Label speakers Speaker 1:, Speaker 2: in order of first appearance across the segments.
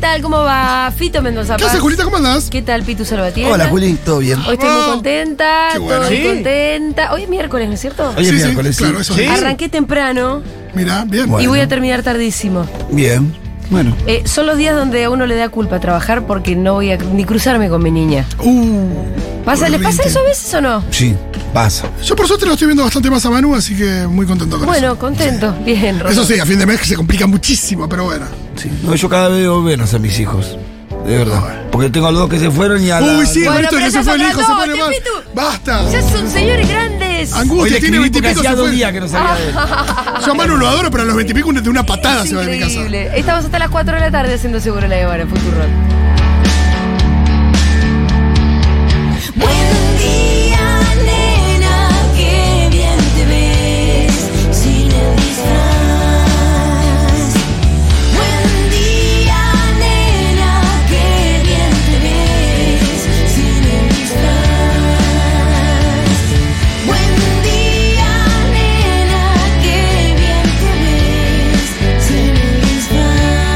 Speaker 1: tal? ¿Cómo va Fito Mendoza
Speaker 2: ¿Qué haces,
Speaker 1: Paz?
Speaker 2: Julita? ¿Cómo andás?
Speaker 1: ¿Qué tal, Pitu Salvatierra?
Speaker 3: Hola, Juli, ¿todo bien?
Speaker 1: Hoy estoy muy
Speaker 2: Oh,
Speaker 1: contenta,
Speaker 2: qué bueno.
Speaker 1: estoy
Speaker 4: Sí.
Speaker 1: contenta. Hoy es miércoles, ¿no es cierto?
Speaker 3: Hoy es
Speaker 2: Sí, sí,
Speaker 3: miércoles.
Speaker 2: claro, eso
Speaker 4: Sí.
Speaker 1: Arranqué temprano
Speaker 2: Mirá, bien.
Speaker 1: y
Speaker 3: Bueno.
Speaker 1: voy a terminar tardísimo.
Speaker 3: Bien. Bueno.
Speaker 1: Eh, son los días donde a uno le da culpa trabajar porque no voy a cru- ni cruzarme con mi niña.
Speaker 2: Uh,
Speaker 1: ¿Pasa, ¿Les pasa
Speaker 2: horrible.
Speaker 1: eso a veces o no?
Speaker 3: Sí, pasa.
Speaker 2: Yo por suerte lo estoy viendo bastante más a Manu, así que muy contento con
Speaker 1: Bueno, contento. Bien,
Speaker 2: eso.
Speaker 1: Rosa.
Speaker 2: Eso sí, a fin de mes que se complica muchísimo, pero bueno.
Speaker 3: Sí. No, yo cada vez veo menos a mis hijos. De verdad. Porque tengo a los dos que se fueron y a la-
Speaker 2: Uy, sí,
Speaker 1: Bueno,
Speaker 2: con esto
Speaker 1: pero
Speaker 2: de que
Speaker 1: ya
Speaker 2: se fue el
Speaker 1: son
Speaker 2: hijo,
Speaker 1: las
Speaker 2: se
Speaker 1: dos,
Speaker 2: pone
Speaker 1: te
Speaker 2: mal.
Speaker 1: pitu.
Speaker 2: ¡Basta!
Speaker 1: Ya son señores grandes.
Speaker 3: Hoy le
Speaker 2: Angustia, tiene
Speaker 3: escribí porque
Speaker 2: veintipico,
Speaker 3: hacía
Speaker 2: se
Speaker 3: dos
Speaker 2: fue.
Speaker 3: días que no sabía de él.
Speaker 2: Yo a Manu lo adoro, pero a los veintipico de una patada
Speaker 1: Es
Speaker 2: se va de mi casa.
Speaker 1: increíble. Estamos hasta las 4 de la tarde haciendo seguro la Evara, Futuro.
Speaker 5: Buen día, nena, qué bien te ves sin el disfraz. Buen día, nena, qué bien te ves sin el disfraz. Buen día, nena, qué bien te ves sin el disfraz.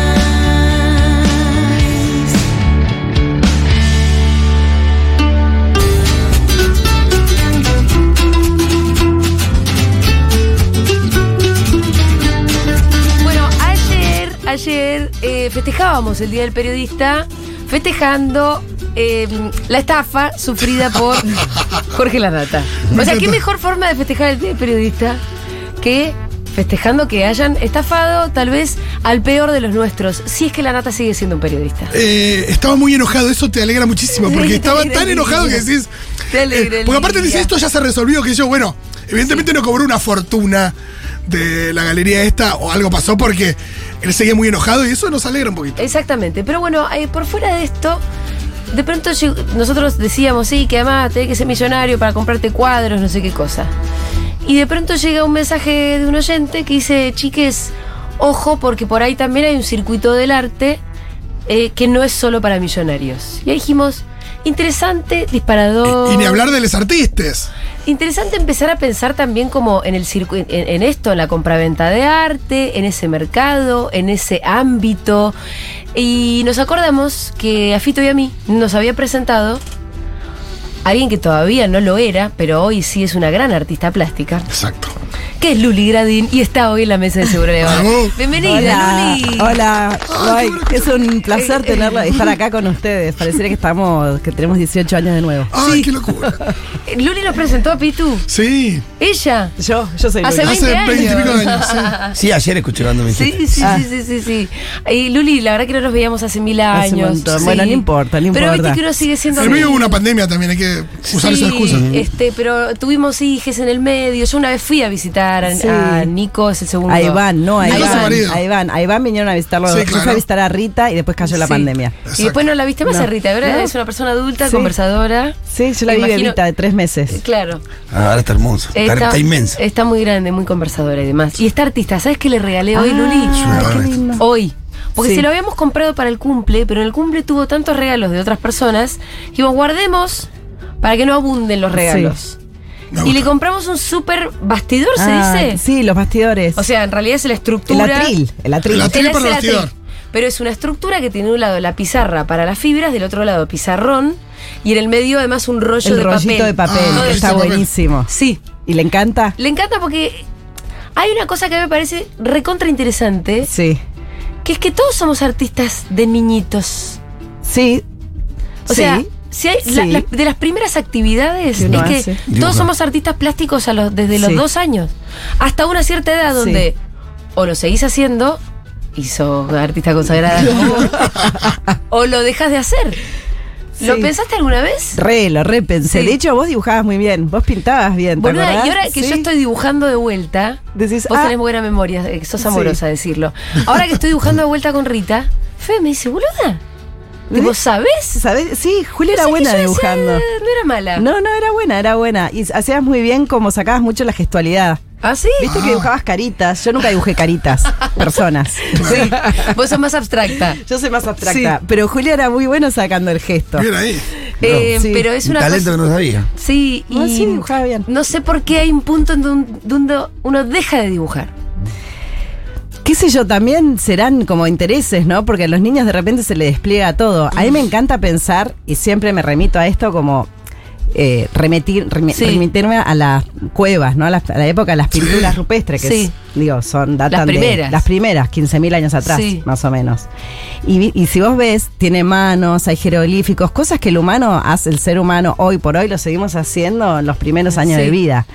Speaker 1: Bueno, ayer, ayer eh, festejábamos el Día del Periodista festejando eh, la estafa sufrida por Jorge Lanata. O sea, ¿qué mejor forma de festejar el Día del Periodista que festejando que hayan estafado tal vez al peor de los nuestros, si es que Lanata sigue siendo un periodista?
Speaker 2: Eh, estaba muy enojado, eso te alegra muchísimo, porque
Speaker 1: Te
Speaker 2: estaba
Speaker 1: alegra
Speaker 2: tan
Speaker 1: el
Speaker 2: enojado que
Speaker 1: día.
Speaker 2: decís. eh,
Speaker 1: Te alegra el
Speaker 2: porque aparte
Speaker 1: día.
Speaker 2: dice esto ya se resolvió, que yo, bueno, evidentemente no cobró una fortuna de la galería esta, o algo pasó porque él seguía muy enojado y eso nos alegra un poquito.
Speaker 1: Exactamente, pero bueno, eh, por fuera de esto, de pronto llegó- nosotros decíamos, sí, que además tenés que ser millonario para comprarte cuadros, no sé qué cosa. Y de pronto llega un mensaje de un oyente que dice, chiques, ojo, porque por ahí también hay un circuito del arte eh, que no es solo para millonarios. Y ahí dijimos, interesante, disparador.
Speaker 2: Y ni hablar de los artistas.
Speaker 1: Interesante empezar a pensar también como en el circu- en, en esto, en la compraventa de arte, en ese mercado, en ese ámbito. Y nos acordamos que a Fito y a mí nos había presentado alguien que todavía no lo era, pero hoy sí es una gran artista plástica,
Speaker 2: Exacto.
Speaker 1: que es Luli Gradín y está hoy en la mesa de seguridad.
Speaker 2: Bravo.
Speaker 1: Bienvenida,
Speaker 6: Hola,
Speaker 1: Luli.
Speaker 6: hola.
Speaker 1: Ah,
Speaker 6: Ay,
Speaker 2: bueno que
Speaker 6: es un placer tenerla, estar acá con ustedes. Pareciera que estamos, que tenemos 18 años de nuevo.
Speaker 2: Ay, qué locura.
Speaker 1: Eh, Luli nos presentó a Pitu.
Speaker 2: Sí,
Speaker 1: Ella.
Speaker 6: Yo, yo soy
Speaker 1: Hace
Speaker 6: Luli.
Speaker 2: hace
Speaker 1: 20
Speaker 2: 20 y pico de años. sí.
Speaker 3: Sí, ayer escuché cuando me dijiste.
Speaker 1: Sí, sí,
Speaker 6: Ah.
Speaker 1: sí, sí, sí, sí. Y Luli, la verdad que no nos veíamos hace mil años.
Speaker 6: Hace un montón.
Speaker 1: sí.
Speaker 6: Bueno, no importa, no
Speaker 1: Pero viste
Speaker 6: importa.
Speaker 1: que uno sigue siendo.
Speaker 2: En medio hubo una pandemia también, hay que usar
Speaker 1: Sí,
Speaker 2: esa excusa.
Speaker 1: Este, pero tuvimos hijos en el medio. Yo una vez fui a visitar a,
Speaker 6: Sí.
Speaker 1: a Nico, es el segundo.
Speaker 6: A Iván, no, a
Speaker 2: Nicolás
Speaker 6: Iván.
Speaker 2: Amarillo.
Speaker 6: A Iván, a Iván vinieron a visitarlo.
Speaker 2: Sí,
Speaker 6: Yo fui
Speaker 2: claro.
Speaker 6: a visitar a Rita y después cayó la
Speaker 1: Sí.
Speaker 6: pandemia.
Speaker 2: Exacto.
Speaker 1: Y después no la viste más
Speaker 6: No.
Speaker 1: a Rita, ¿verdad?
Speaker 6: No.
Speaker 1: Es una persona adulta,
Speaker 6: Sí.
Speaker 1: conversadora.
Speaker 6: Sí, yo la
Speaker 1: Me
Speaker 6: vi
Speaker 1: imagino-
Speaker 6: bebita de tres meses.
Speaker 1: Claro.
Speaker 3: Ah, ahora está hermoso. Está, está inmenso.
Speaker 1: Está muy grande, muy conversadora y demás. Y esta artista, ¿sabes qué le regalé hoy,
Speaker 6: Ah,
Speaker 1: Luli?
Speaker 6: qué lindo.
Speaker 1: Hoy. Porque
Speaker 6: Sí.
Speaker 1: se lo habíamos comprado para el cumple, pero en el cumple tuvo tantos regalos de otras personas que dijimos, guardemos para que no abunden los regalos.
Speaker 2: Me
Speaker 1: Y le
Speaker 2: gusta. compramos
Speaker 1: compramos un super bastidor,
Speaker 6: Ah,
Speaker 1: ¿se dice?
Speaker 6: Sí, los bastidores.
Speaker 1: O sea, en realidad es la
Speaker 6: el
Speaker 1: estructura.
Speaker 6: atril, el atril.
Speaker 2: El atril.
Speaker 1: Él
Speaker 2: para
Speaker 1: hace
Speaker 2: el
Speaker 1: atril.
Speaker 2: bastidor.
Speaker 1: Pero es una estructura que tiene de un lado la pizarra para las fibras, del otro lado pizarrón, y en el medio además un rollo
Speaker 6: El
Speaker 1: de papel.
Speaker 6: rollito de papel,
Speaker 2: Ah,
Speaker 6: que
Speaker 2: rollito
Speaker 6: está
Speaker 2: de papel.
Speaker 6: buenísimo.
Speaker 1: Sí.
Speaker 6: ¿Y le encanta?
Speaker 1: Le encanta porque hay una cosa que a mí me parece recontra interesante,
Speaker 6: Sí.
Speaker 1: que es que todos somos artistas de niñitos.
Speaker 6: Sí.
Speaker 1: O sea,
Speaker 6: Sí.
Speaker 1: si hay la-
Speaker 6: Sí.
Speaker 1: la- de las primeras actividades
Speaker 6: Que
Speaker 1: es
Speaker 6: uno
Speaker 1: que
Speaker 6: hace.
Speaker 1: todos
Speaker 3: Dibujar.
Speaker 1: somos artistas plásticos a los, desde los
Speaker 6: Sí.
Speaker 1: dos años hasta una cierta edad
Speaker 6: Sí.
Speaker 1: donde o lo seguís haciendo y sos artista consagrada como vos, o lo dejas de hacer. ¿Lo
Speaker 6: Sí.
Speaker 1: pensaste alguna vez?
Speaker 6: Re, lo repensé.
Speaker 1: Sí.
Speaker 6: De hecho, vos dibujabas muy bien, vos pintabas bien. ¿te
Speaker 1: Boluda,
Speaker 6: acordás?
Speaker 1: y ahora que
Speaker 6: Sí.
Speaker 1: yo estoy dibujando de vuelta,
Speaker 6: Decís,
Speaker 1: vos
Speaker 6: ah.
Speaker 1: tenés buena memoria, eh, sos
Speaker 6: Sí.
Speaker 1: amorosa decirlo. Ahora que estoy dibujando de vuelta con Rita, Fe me dice, boluda, tipo,
Speaker 6: ¿Eh?
Speaker 1: ¿sabés?
Speaker 6: ¿Sabés? Sí, Julia
Speaker 1: O
Speaker 6: era
Speaker 1: sea que
Speaker 6: buena
Speaker 1: yo decía,
Speaker 6: dibujando.
Speaker 1: No era mala.
Speaker 6: No, no, era buena, era buena. Y hacías muy bien como sacabas mucho la gestualidad.
Speaker 1: ¿Ah, sí?
Speaker 6: Viste que dibujabas caritas. Yo nunca dibujé caritas, personas.
Speaker 1: Sí. Vos sos más abstracta.
Speaker 6: Yo soy más abstracta. Pero Julia era muy buena sacando el gesto.
Speaker 2: Bien ahí.
Speaker 1: Eh,
Speaker 6: Sí.
Speaker 1: Pero es
Speaker 3: Un
Speaker 1: una
Speaker 3: talento
Speaker 1: cosa.
Speaker 3: que no sabía.
Speaker 1: Sí, y
Speaker 6: No, sí, dibujaba bien.
Speaker 1: no sé por qué hay un punto en don- donde uno deja de dibujar.
Speaker 6: qué sé yo, también serán como intereses, ¿no? Porque a los niños de repente se les despliega todo. A mí me encanta pensar, y siempre me remito a esto como eh, remitir, remi-
Speaker 1: Sí.
Speaker 6: remitirme a las cuevas, ¿no? A, las- a la época de las pinturas rupestres, que
Speaker 1: Sí.
Speaker 6: es- digo, son datan
Speaker 1: Las
Speaker 6: de-
Speaker 1: primeras.
Speaker 6: las primeras, 15.000 años atrás,
Speaker 1: Sí.
Speaker 6: más o menos. Y, vi- y si vos ves, tiene manos, hay jeroglíficos, cosas que el humano hace, el ser humano hoy por hoy lo seguimos haciendo en los primeros años
Speaker 1: Sí.
Speaker 6: de vida.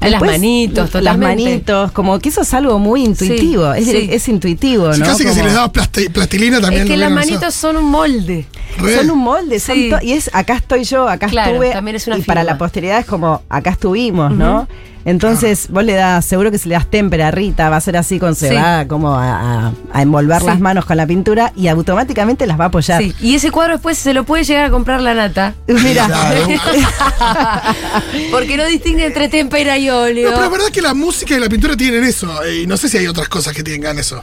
Speaker 1: Las manitos,
Speaker 6: Las
Speaker 1: totalmente.
Speaker 6: manitos, como que eso es algo muy intuitivo,
Speaker 1: Sí,
Speaker 6: es, dire-
Speaker 1: sí.
Speaker 6: es intuitivo,
Speaker 2: Sí,
Speaker 6: ¿no?
Speaker 2: casi que si
Speaker 6: Como-
Speaker 2: les dabas plasti- plastilina también.
Speaker 1: Es que
Speaker 2: lo
Speaker 1: las
Speaker 2: hubieran
Speaker 1: manitos son un molde.
Speaker 2: usado. Re.
Speaker 6: Son un molde, son
Speaker 1: Sí.
Speaker 6: to- y es acá estoy yo, acá
Speaker 1: Claro,
Speaker 6: estuve.
Speaker 1: también es una
Speaker 6: y
Speaker 1: firma.
Speaker 6: para la posteridad es como acá estuvimos, ¿no?
Speaker 1: Ujú.
Speaker 6: Entonces,
Speaker 2: Ah.
Speaker 6: vos le das, seguro que si le das témpera a Rita, va a ser así con se
Speaker 1: Sí.
Speaker 6: va como a, a- a envolver
Speaker 1: Sí.
Speaker 6: las manos con la pintura y automáticamente las va a apoyar.
Speaker 1: Sí. Y ese cuadro después se lo puede llegar a comprar la nata.
Speaker 6: Mira,
Speaker 2: Claro.
Speaker 1: Porque no distingue entre témpera y
Speaker 2: No,
Speaker 1: óleo.
Speaker 2: pero la verdad es que la música y la pintura tienen eso. eh, Y no sé si hay otras cosas que tengan eso.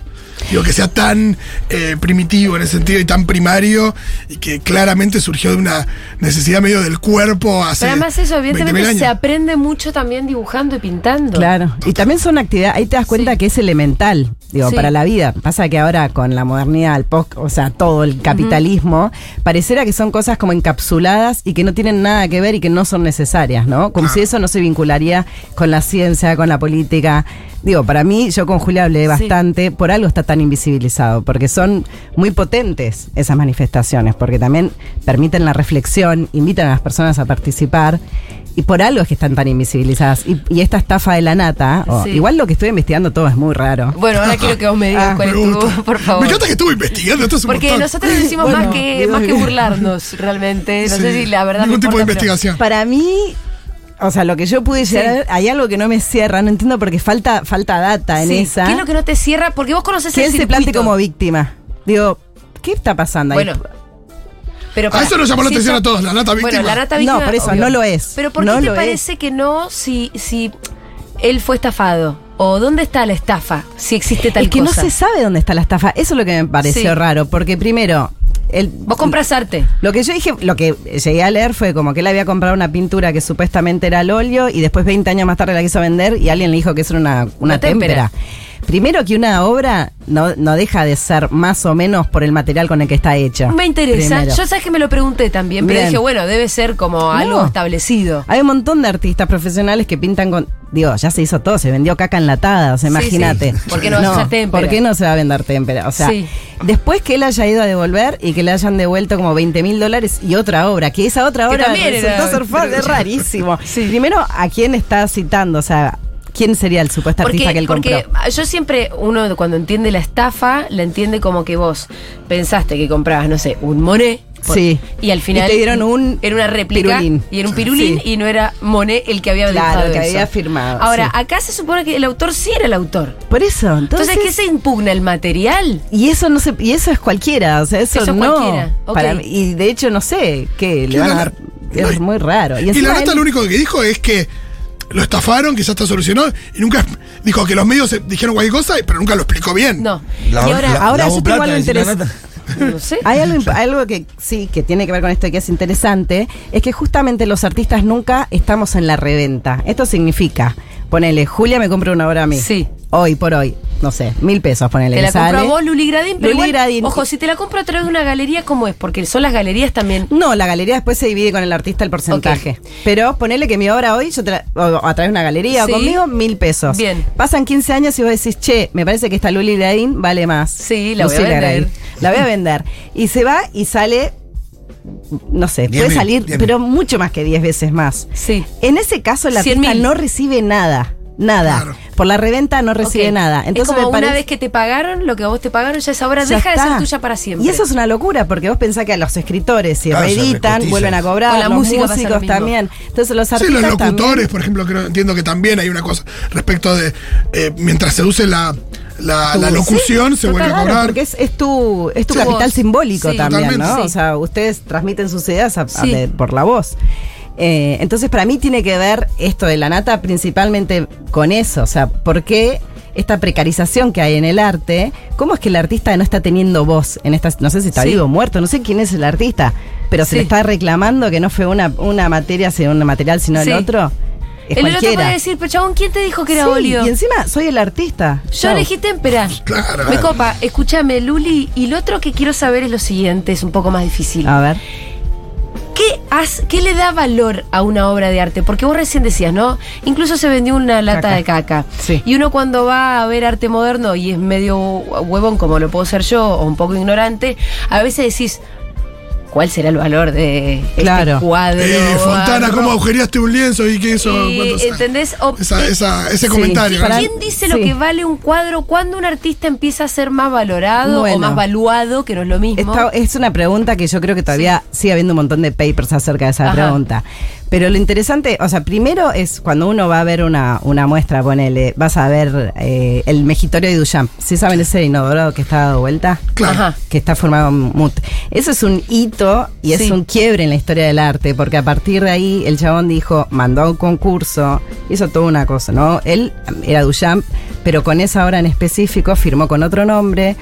Speaker 2: Digo, que sea tan eh, primitivo en ese sentido y tan primario y que claramente surgió de una necesidad medio del cuerpo hace
Speaker 1: Pero además eso,
Speaker 2: 20.000
Speaker 1: evidentemente,
Speaker 2: años.
Speaker 1: se aprende mucho también dibujando y pintando.
Speaker 6: claro. Y también son actividades, ahí te das cuenta
Speaker 1: Sí.
Speaker 6: que es elemental, digo,
Speaker 1: Sí.
Speaker 6: para la vida. Pasa que ahora con la modernidad, el post, o sea, todo el capitalismo, pareciera que son cosas como encapsuladas y que no tienen nada que ver y que no son necesarias, ¿no? Como
Speaker 2: Ah.
Speaker 6: si eso no se vincularía con la ciencia, con la política. Digo, para mí, yo con Julia hablé bastante, por algo está tan invisibilizado, porque son muy potentes esas manifestaciones, porque también permiten la reflexión, invitan a las personas a participar, y por algo es que están tan invisibilizadas. Y, y esta estafa de la nata, o-
Speaker 1: Sí.
Speaker 6: igual lo que estoy investigando todo es muy raro.
Speaker 1: Bueno, ahora quiero que vos me digas
Speaker 6: Ah,
Speaker 1: cuál es
Speaker 2: Me gusta.
Speaker 1: tu, por favor.
Speaker 2: Me encanta que estuve investigando. Esto es un
Speaker 1: Porque
Speaker 2: montón.
Speaker 1: nosotros decimos
Speaker 6: Bueno,
Speaker 1: más que
Speaker 6: Dios
Speaker 1: más que
Speaker 6: mío.
Speaker 1: burlarnos realmente. No
Speaker 2: Sí,
Speaker 1: sé si la verdad.
Speaker 2: Ningún
Speaker 1: no
Speaker 2: tipo de
Speaker 1: importa, pero-
Speaker 2: investigación.
Speaker 6: Para mí, o sea, lo que yo pude llegar, hay algo que no me cierra, no entiendo porque falta, falta data en
Speaker 1: Sí,
Speaker 6: esa.
Speaker 1: ¿Qué es lo que no te cierra? Porque vos conocés
Speaker 6: que
Speaker 1: el
Speaker 6: él se
Speaker 1: circuito.
Speaker 6: plante como víctima. Digo, ¿qué está pasando ahí?
Speaker 1: Bueno. Pero
Speaker 2: A
Speaker 1: pará,
Speaker 2: eso nos llamó la
Speaker 1: si
Speaker 2: atención
Speaker 1: yo-
Speaker 2: a todos, la nata víctima.
Speaker 1: Bueno, la nata
Speaker 6: No,
Speaker 1: víctima.
Speaker 6: por eso,
Speaker 1: obvio.
Speaker 6: no lo es.
Speaker 1: Pero ¿por
Speaker 6: No
Speaker 1: qué te
Speaker 6: lo es.
Speaker 1: parece que no si, si él fue estafado? ¿O dónde está la estafa? Si existe tal
Speaker 6: es que
Speaker 1: cosa.
Speaker 6: no se sabe dónde está la estafa. Eso es lo que me pareció
Speaker 1: Sí.
Speaker 6: raro, porque primero, el,
Speaker 1: Vos compras arte.
Speaker 6: Lo que yo dije, lo que llegué a leer fue como que él había comprado una pintura que supuestamente era al óleo y después 20 años más tarde la quiso vender y alguien le dijo que eso era una, una
Speaker 1: Una témpera.
Speaker 6: témpera. Primero que una obra no, no deja de ser más o menos por el material con el que está hecha.
Speaker 1: Me interesa.
Speaker 6: Primero.
Speaker 1: Yo sabes que me lo pregunté también, pero
Speaker 6: Bien.
Speaker 1: dije, bueno, debe ser como algo establecido.
Speaker 6: Hay un montón de artistas profesionales que pintan con. Digo, ya se hizo todo, se vendió caca enlatada, o sea,
Speaker 1: Sí,
Speaker 6: imagínate.
Speaker 1: sí. ¿Por qué no vas a usar témpera?
Speaker 6: ¿Por qué no se va a vender témpera? O sea,
Speaker 1: Sí.
Speaker 6: después que él haya ido a devolver y que le hayan devuelto como 20 mil dólares y otra obra, que esa otra
Speaker 1: Que
Speaker 6: obra
Speaker 1: también
Speaker 6: resultó
Speaker 1: era-
Speaker 6: ser falsa, es rarísimo.
Speaker 1: Sí.
Speaker 6: Primero, ¿a quién está citando? O sea, ¿quién sería el supuesto artista que él compró?
Speaker 1: porque yo siempre, uno cuando entiende la estafa, la entiende como que vos pensaste que comprabas, no sé, un Monet. por-
Speaker 6: Sí.
Speaker 1: Y al final.
Speaker 6: Y te dieron un
Speaker 1: Era una réplica.
Speaker 6: pirulín.
Speaker 1: Y era un pirulín
Speaker 6: Sí.
Speaker 1: y no era Monet el que había
Speaker 6: Claro,
Speaker 1: dibujado
Speaker 6: el que
Speaker 1: eso.
Speaker 6: había firmado,
Speaker 1: Ahora,
Speaker 6: sí.
Speaker 1: acá se supone que el autor sí era el autor.
Speaker 6: Por eso, entonces.
Speaker 1: Entonces, ¿qué se impugna? ¿El material?
Speaker 6: y eso no se, y eso es cualquiera, o sea, eso,
Speaker 1: Eso es
Speaker 6: no.
Speaker 1: cualquiera, ok.
Speaker 6: Para mí- y de hecho no sé qué, le
Speaker 2: Y
Speaker 6: van
Speaker 2: la-
Speaker 6: a dar- es muy raro.
Speaker 2: Y,
Speaker 6: encima
Speaker 2: la nata
Speaker 6: él-
Speaker 2: lo único que dijo es que lo estafaron, que ya está solucionado, y nunca dijo que los medios eh, dijeron cualquier cosa, pero nunca lo explicó bien.
Speaker 1: No.
Speaker 3: La-
Speaker 1: y ahora, ah,
Speaker 3: la-
Speaker 6: ahora
Speaker 3: la
Speaker 6: yo tengo
Speaker 3: plata,
Speaker 6: algo
Speaker 3: decí la
Speaker 6: interes-
Speaker 3: nata.
Speaker 1: no sé.
Speaker 6: Hay algo, imp- algo que sí, que tiene que ver con esto y que es interesante, es que justamente los artistas nunca estamos en la reventa. Esto significa, ponele, Julia me compra una obra a mí.
Speaker 1: Sí.
Speaker 6: Hoy por hoy, no sé, mil pesos, ponele.
Speaker 1: Te la
Speaker 6: que sale.
Speaker 1: compro a vos, Luli Gradín, pero
Speaker 6: Luli
Speaker 1: igual,
Speaker 6: Gradín.
Speaker 1: ojo, si te la compro a través de una galería, ¿cómo es? Porque son las galerías también.
Speaker 6: No, la galería después se divide con el artista el porcentaje.
Speaker 1: Ok.
Speaker 6: Pero ponele que mi obra hoy, yo te la- o- o a través de una galería
Speaker 1: Sí.
Speaker 6: o conmigo, mil pesos.
Speaker 1: Bien.
Speaker 6: Pasan 15 años y vos decís, che, me parece que esta Luli Gradín vale más.
Speaker 1: Sí, la voy a
Speaker 6: Lucila
Speaker 1: vender.
Speaker 6: Gradín. La voy a vender. Y se va y sale, no sé,
Speaker 3: Diez
Speaker 6: puede
Speaker 3: mil,
Speaker 6: salir,
Speaker 3: diez
Speaker 6: pero mucho más que 10 veces más.
Speaker 1: Sí.
Speaker 6: En ese caso, la
Speaker 1: Cien
Speaker 6: artista
Speaker 1: mil.
Speaker 6: no recibe nada. Nada.
Speaker 2: Claro.
Speaker 6: Por la reventa no recibe
Speaker 1: Ok.
Speaker 6: nada.
Speaker 1: es
Speaker 6: Entonces
Speaker 1: como
Speaker 6: me parece-
Speaker 1: una vez que te pagaron, lo que a vos te pagaron, ya esa obra
Speaker 6: ya
Speaker 1: deja de
Speaker 6: está.
Speaker 1: ser tuya para siempre.
Speaker 6: Y eso es una locura, porque vos pensás que a los escritores, si
Speaker 3: Claro, se
Speaker 6: reeditan,
Speaker 3: recotizan.
Speaker 6: vuelven a cobrar,
Speaker 1: Con la
Speaker 6: los
Speaker 1: música pasa lo
Speaker 6: músicos
Speaker 1: mismo.
Speaker 6: también. Entonces los
Speaker 2: Sí,
Speaker 6: artistas
Speaker 2: los locutores,
Speaker 6: también-
Speaker 2: por ejemplo, creo, entiendo que también hay una cosa respecto de eh, mientras seduce la, la, la
Speaker 6: Sí,
Speaker 2: locución, se
Speaker 6: Pero
Speaker 2: vuelve
Speaker 6: claro,
Speaker 2: a cobrar.
Speaker 6: Porque es, es tu, es tu
Speaker 1: Tu
Speaker 6: capital
Speaker 1: voz.
Speaker 6: simbólico
Speaker 1: Sí.
Speaker 6: también, ¿no?
Speaker 2: Totalmente.
Speaker 6: O sea, ustedes transmiten sus ideas a- a-
Speaker 1: Sí.
Speaker 6: de- por la voz. Eh, entonces, para mí tiene que ver esto de la nata principalmente con eso. O sea, ¿por qué esta precarización que hay en el arte? ¿Cómo es que el artista no está teniendo voz en estas? No sé si está
Speaker 1: Sí.
Speaker 6: vivo o muerto, no sé quién es el artista, pero se
Speaker 1: Sí.
Speaker 6: le está reclamando que no fue una, una materia, sino un material, sino
Speaker 1: Sí.
Speaker 6: el otro. es
Speaker 1: el otro
Speaker 6: cualquiera.
Speaker 1: puede decir, pero chabón, ¿quién te dijo que era
Speaker 6: Sí,
Speaker 1: óleo?
Speaker 6: Y encima soy el artista.
Speaker 1: Yo
Speaker 6: Chau.
Speaker 1: elegí témpera.
Speaker 2: Claro.
Speaker 1: Me copa, escúchame, Luli. Y lo otro que quiero saber es lo siguiente, es un poco más difícil.
Speaker 6: A ver.
Speaker 1: ¿Qué, has- ¿Qué le da valor a una obra de arte? Porque vos recién decías, ¿no? Incluso se vendió una lata
Speaker 6: Caca.
Speaker 1: de caca.
Speaker 6: Sí.
Speaker 1: Y uno cuando va a ver arte moderno y es medio huevón como lo puedo ser yo o un poco ignorante, a veces decís, ¿cuál será el valor de este
Speaker 6: Claro.
Speaker 1: cuadro?
Speaker 2: Eh, Fontana, ¿cómo agujereaste un lienzo y qué hizo?
Speaker 1: Eh,
Speaker 2: ¿Cuántos- Ah,
Speaker 1: ¿entendés? O-
Speaker 2: Esa-
Speaker 1: eh,
Speaker 2: esa-
Speaker 6: sí,
Speaker 2: ese comentario. ¿eh?
Speaker 6: para-
Speaker 2: ¿no?
Speaker 1: ¿Quién dice lo
Speaker 6: Sí.
Speaker 1: que vale un cuadro? ¿Cuándo un artista empieza a ser más valorado
Speaker 6: Bueno.
Speaker 1: o más valuado, que no es lo mismo?
Speaker 6: Esta- es una pregunta que yo creo que todavía sigue habiendo un montón de papers acerca de esa
Speaker 1: Ajá.
Speaker 6: pregunta. Pero lo interesante, o sea, primero es cuando uno va a ver una, una muestra, ponele, vas a ver eh, el mejitorio de Duchamp. ¿Sí saben ese inodoro que está dado vuelta?
Speaker 2: Claro.
Speaker 1: Ajá.
Speaker 6: que está formado en mut. Eso es un hito y es
Speaker 1: Sí.
Speaker 6: un quiebre en la historia del arte, porque a partir de ahí el chabón dijo, mandó a un concurso, hizo toda una cosa, ¿no? Él era Duchamp, pero con esa obra en específico firmó con otro nombre,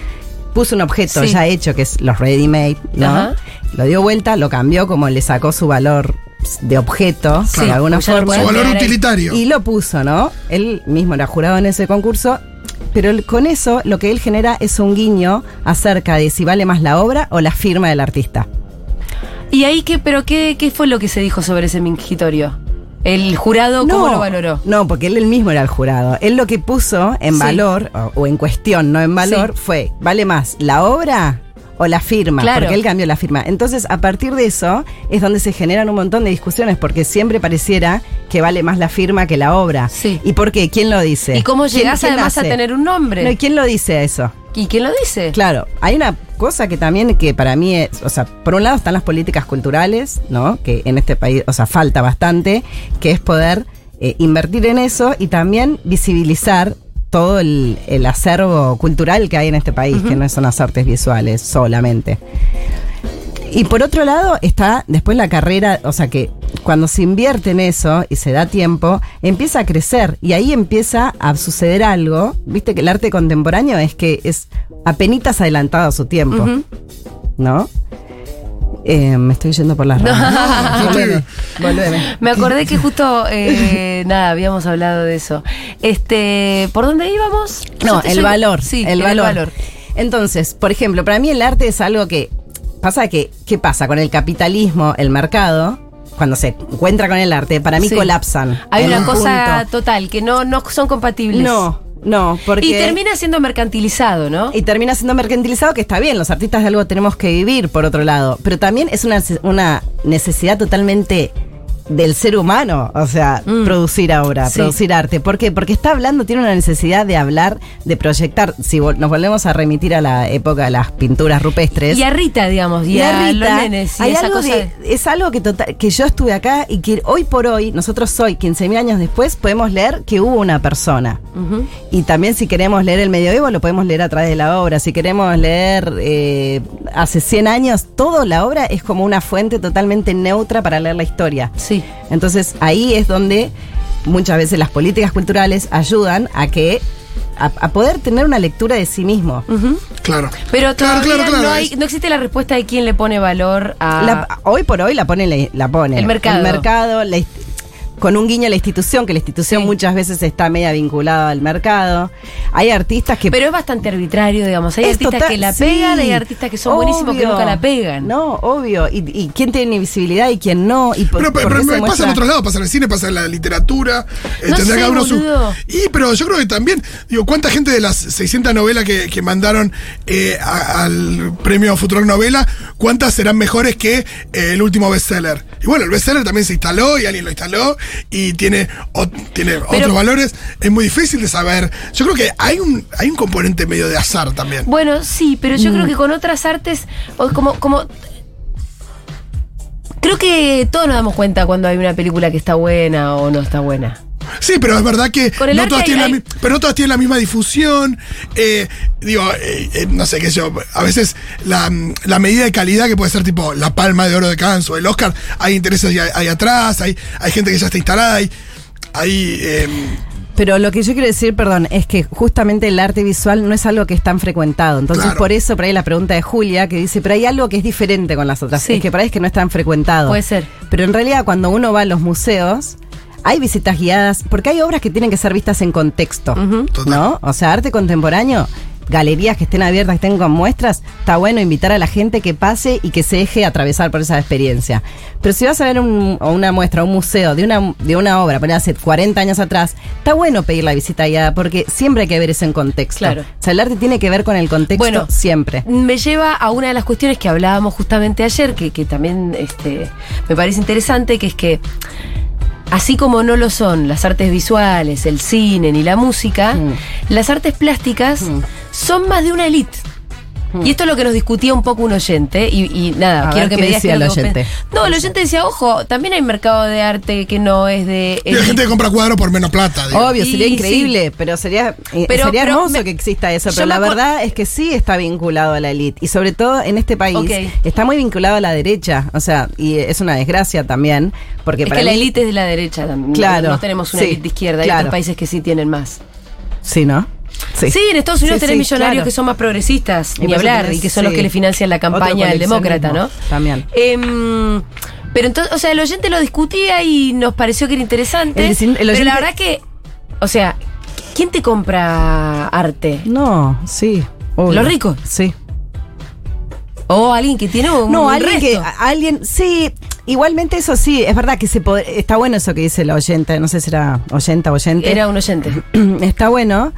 Speaker 6: puso un objeto
Speaker 1: Sí.
Speaker 6: ya hecho, que es los ready made, ¿no?
Speaker 1: Ajá.
Speaker 6: Lo dio vuelta, lo cambió como le sacó su valor de objeto,
Speaker 1: Sí,
Speaker 6: de alguna
Speaker 1: ya lo
Speaker 6: forma.
Speaker 2: Su
Speaker 1: Bueno,
Speaker 2: valor
Speaker 1: ahora-
Speaker 2: utilitario.
Speaker 6: Y lo puso, ¿no? Él mismo era jurado en ese concurso. Pero el- con eso lo que él genera es un guiño acerca de si vale más la obra o la firma del artista.
Speaker 1: ¿Y ahí qué, pero qué, qué fue lo que se dijo sobre ese mingitorio? ¿El jurado cómo lo valoró?
Speaker 6: No, porque él, él mismo era el jurado. Él lo que puso en
Speaker 1: Sí.
Speaker 6: valor, o, o en cuestión, no en valor,
Speaker 1: Sí.
Speaker 6: fue, ¿vale más la obra o la firma?
Speaker 1: Claro.
Speaker 6: Porque él cambió la firma. Entonces, a partir de eso es donde se generan un montón de discusiones, porque siempre pareciera que vale más la firma que la obra.
Speaker 1: Sí.
Speaker 6: ¿Y por qué? ¿Quién lo dice?
Speaker 1: ¿Y cómo
Speaker 6: ¿Quién-
Speaker 1: llegás
Speaker 6: quién
Speaker 1: además
Speaker 6: hace?
Speaker 1: a tener un nombre?
Speaker 6: No, ¿y quién lo dice eso?
Speaker 1: ¿Y quién lo dice?
Speaker 6: Claro, hay una cosa que también que para mí es, o sea, por un lado están las políticas culturales, ¿no? Que en este país, o sea, falta bastante, que es poder eh, invertir en eso y también visibilizar todo el, el acervo cultural que hay en este país, que no son las artes visuales solamente. Y por otro lado está después la carrera, o sea que cuando se invierte en eso y se da tiempo, empieza a crecer y ahí empieza a suceder algo. Viste que el arte contemporáneo es que es apenas adelantado a su tiempo,
Speaker 1: Ujú.
Speaker 6: ¿no? Eh, me estoy yendo por las
Speaker 1: No.
Speaker 6: ramas. Volveme, volveme.
Speaker 1: Me acordé que justo, eh, nada, habíamos hablado de eso. Este, ¿Por dónde íbamos? Yo
Speaker 6: No,
Speaker 1: te
Speaker 6: el
Speaker 1: soy-
Speaker 6: valor.
Speaker 1: Sí,
Speaker 6: el valor. Entonces, por ejemplo, para mí el arte es algo que pasa que qué pasa con el capitalismo, el mercado, cuando se encuentra con el arte, para mí
Speaker 1: Sí.
Speaker 6: colapsan.
Speaker 1: Hay
Speaker 6: en
Speaker 1: una
Speaker 6: un
Speaker 1: cosa
Speaker 6: punto.
Speaker 1: total, que no, no son compatibles.
Speaker 6: No, no, porque
Speaker 1: Y termina siendo mercantilizado, ¿no?
Speaker 6: y termina siendo mercantilizado, que está bien, los artistas de algo tenemos que vivir, por otro lado, pero también es una, una necesidad totalmente del ser humano, o sea,
Speaker 1: Mm.
Speaker 6: producir obra,
Speaker 1: Sí.
Speaker 6: producir arte. ¿Por qué? Porque está hablando, tiene una necesidad de hablar, de proyectar. Si vol- nos volvemos a remitir a la época de las pinturas rupestres.
Speaker 1: Y a Rita, digamos, y,
Speaker 6: Y
Speaker 1: a
Speaker 6: a Rita,
Speaker 1: los nenes, y
Speaker 6: hay
Speaker 1: esa
Speaker 6: algo
Speaker 1: cosa.
Speaker 6: de- es algo que, total- que yo estuve acá y que hoy por hoy, nosotros hoy, 15.000 años después, podemos leer que hubo una persona.
Speaker 1: Ujú.
Speaker 6: Y también si queremos leer el medioevo, lo podemos leer a través de la obra. Si queremos leer eh, hace 100 años, toda la obra es como una fuente totalmente neutra para leer la historia.
Speaker 1: Sí.
Speaker 6: Entonces ahí es donde muchas veces las políticas culturales ayudan a que... A, a poder tener una lectura de sí mismo.
Speaker 1: Ujú.
Speaker 2: Claro.
Speaker 1: Pero
Speaker 2: claro,
Speaker 1: todavía
Speaker 2: claro, claro.
Speaker 1: No, hay, no existe la respuesta de quién le pone valor a...
Speaker 6: La- hoy por hoy la pone, la, la pone.
Speaker 1: Ah. El mercado.
Speaker 6: El mercado, la inst- con un guiño a la institución, que la institución
Speaker 1: Sí.
Speaker 6: muchas veces está media vinculada al mercado. Hay artistas que
Speaker 1: Pero es bastante arbitrario, digamos. Hay
Speaker 6: Es
Speaker 1: artistas
Speaker 6: total-
Speaker 1: que la
Speaker 6: sí,
Speaker 1: pegan, hay artistas que son buenísimos que
Speaker 6: obvio.
Speaker 1: nunca la pegan.
Speaker 6: No, obvio. Y, y quién tiene visibilidad y quién no. Y por,
Speaker 2: Pero, pero-
Speaker 6: por qué
Speaker 2: pero
Speaker 6: se
Speaker 2: pasa
Speaker 6: muestra-
Speaker 2: en otros lados, pasa en el cine, pasa en la literatura. eh,
Speaker 1: No
Speaker 2: tendrá
Speaker 1: sé,
Speaker 2: cada uno su-
Speaker 1: boludo.
Speaker 2: Y, pero yo creo que también, digo, ¿cuánta gente de las 600 novelas que, que mandaron eh, a- al premio Futuro Novela, cuántas serán mejores que eh, el último bestseller? Y bueno, el bestseller también se instaló y alguien lo instaló y tiene, o- tiene otros valores. Es muy difícil de saber. Yo creo que hay un, hay un componente medio de azar también.
Speaker 1: Bueno, sí, pero
Speaker 6: Mm.
Speaker 1: yo creo que con otras artes, o como, como. Creo que todos nos damos cuenta cuando hay una película que está buena o no está buena.
Speaker 2: Sí, pero es verdad que
Speaker 1: Con el
Speaker 2: no
Speaker 1: arte
Speaker 2: todas
Speaker 1: hay-
Speaker 2: tienen la
Speaker 1: hay-
Speaker 2: mi- pero no todas tienen la misma difusión. eh, digo, eh, eh, no sé qué sé yo. A veces la, mm, la medida de calidad que puede ser tipo la palma de oro de Cannes o el Oscar, hay intereses ahí, ahí atrás, hay, hay gente que ya está instalada, hay. hay, eh,
Speaker 6: Pero lo que yo quiero decir, perdón, es que justamente el arte visual no es algo que es tan frecuentado. Entonces,
Speaker 2: Claro.
Speaker 6: por eso, por ahí la pregunta de Julia, que dice, pero hay algo que es diferente con las otras.
Speaker 1: Sí.
Speaker 6: Es que por ahí es que no es tan frecuentado.
Speaker 1: Puede ser.
Speaker 6: Pero en realidad, cuando uno va a los museos, Hay visitas guiadas, porque hay obras que tienen que ser vistas en contexto,
Speaker 2: Total.
Speaker 6: ¿no? O sea, arte contemporáneo, galerías que estén abiertas, que estén con muestras, está bueno invitar a la gente que pase y que se deje atravesar por esa experiencia. Pero si vas a ver un- o una muestra, un museo de una, de una obra, por ejemplo, hace 40 años atrás, está bueno pedir la visita guiada, porque siempre hay que ver eso en contexto.
Speaker 1: Claro.
Speaker 6: O sea, el arte tiene que ver con el contexto
Speaker 1: Bueno,
Speaker 6: siempre.
Speaker 1: Me lleva a una de las cuestiones que hablábamos justamente ayer, que, que también este, me parece interesante, que es que así como no lo son las artes visuales, el cine ni la música,
Speaker 6: Mm.
Speaker 1: las artes plásticas son más de una elite. Y esto es lo que nos discutía un poco un oyente, y, y nada,
Speaker 6: Mm. A
Speaker 1: quiero
Speaker 6: ver,
Speaker 1: que
Speaker 6: ¿qué
Speaker 1: me digas qué
Speaker 6: decía
Speaker 1: es
Speaker 6: el
Speaker 1: lo que vos
Speaker 6: oyente?
Speaker 1: pensás. No, el oyente decía, ojo, también hay mercado de arte que no es de...
Speaker 2: Y la gente que compra cuadro por menos plata. digo.
Speaker 6: Obvio, sería
Speaker 1: Y
Speaker 6: increíble, pero sería, eh,
Speaker 1: Pero-
Speaker 6: sería
Speaker 1: pero
Speaker 6: hermoso
Speaker 1: me-
Speaker 6: que exista eso.
Speaker 1: yo
Speaker 6: Pero
Speaker 1: me
Speaker 6: la
Speaker 1: acuer-
Speaker 6: verdad es que sí está vinculado a la élite. Y sobre todo en este país
Speaker 1: Ok.
Speaker 6: está muy vinculado a la derecha. O sea, y es una desgracia también. Porque
Speaker 1: es
Speaker 6: para
Speaker 1: que la
Speaker 6: mí-
Speaker 1: élite es de la derecha también.
Speaker 6: Claro,
Speaker 1: No tenemos una
Speaker 6: sí,
Speaker 1: élite de izquierda. Hay
Speaker 6: claro.
Speaker 1: otros países que sí tienen más.
Speaker 6: Sí, ¿no?
Speaker 1: Sí. en Estados Unidos
Speaker 6: Este. Sí,
Speaker 1: tenés
Speaker 6: sí,
Speaker 1: millonarios
Speaker 6: claro.
Speaker 1: que son más progresistas,
Speaker 6: Y
Speaker 1: ni
Speaker 6: por eso
Speaker 1: hablar,
Speaker 6: tenés,
Speaker 1: y que son los
Speaker 6: sí,
Speaker 1: que le financian la
Speaker 6: otro
Speaker 1: campaña al demócrata, ¿no?
Speaker 6: coleccionismo, también.
Speaker 1: Em, pero entonces, o sea, el oyente lo discutía y nos pareció que era interesante.
Speaker 6: El desin- el
Speaker 1: Pero la
Speaker 6: oyente-
Speaker 1: verdad que, o sea, ¿quién te compra arte?
Speaker 6: No, sí. obvio.
Speaker 1: ¿Los ricos?
Speaker 6: Sí.
Speaker 1: O alguien que tiene un.
Speaker 6: No,
Speaker 1: un
Speaker 6: alguien que. ah,
Speaker 1: resto.
Speaker 6: a- Alguien. Sí. Igualmente eso sí, es verdad que se pod- está bueno eso que dice la oyente, no sé si era oyenta o oyente.
Speaker 1: Era un oyente.
Speaker 6: está bueno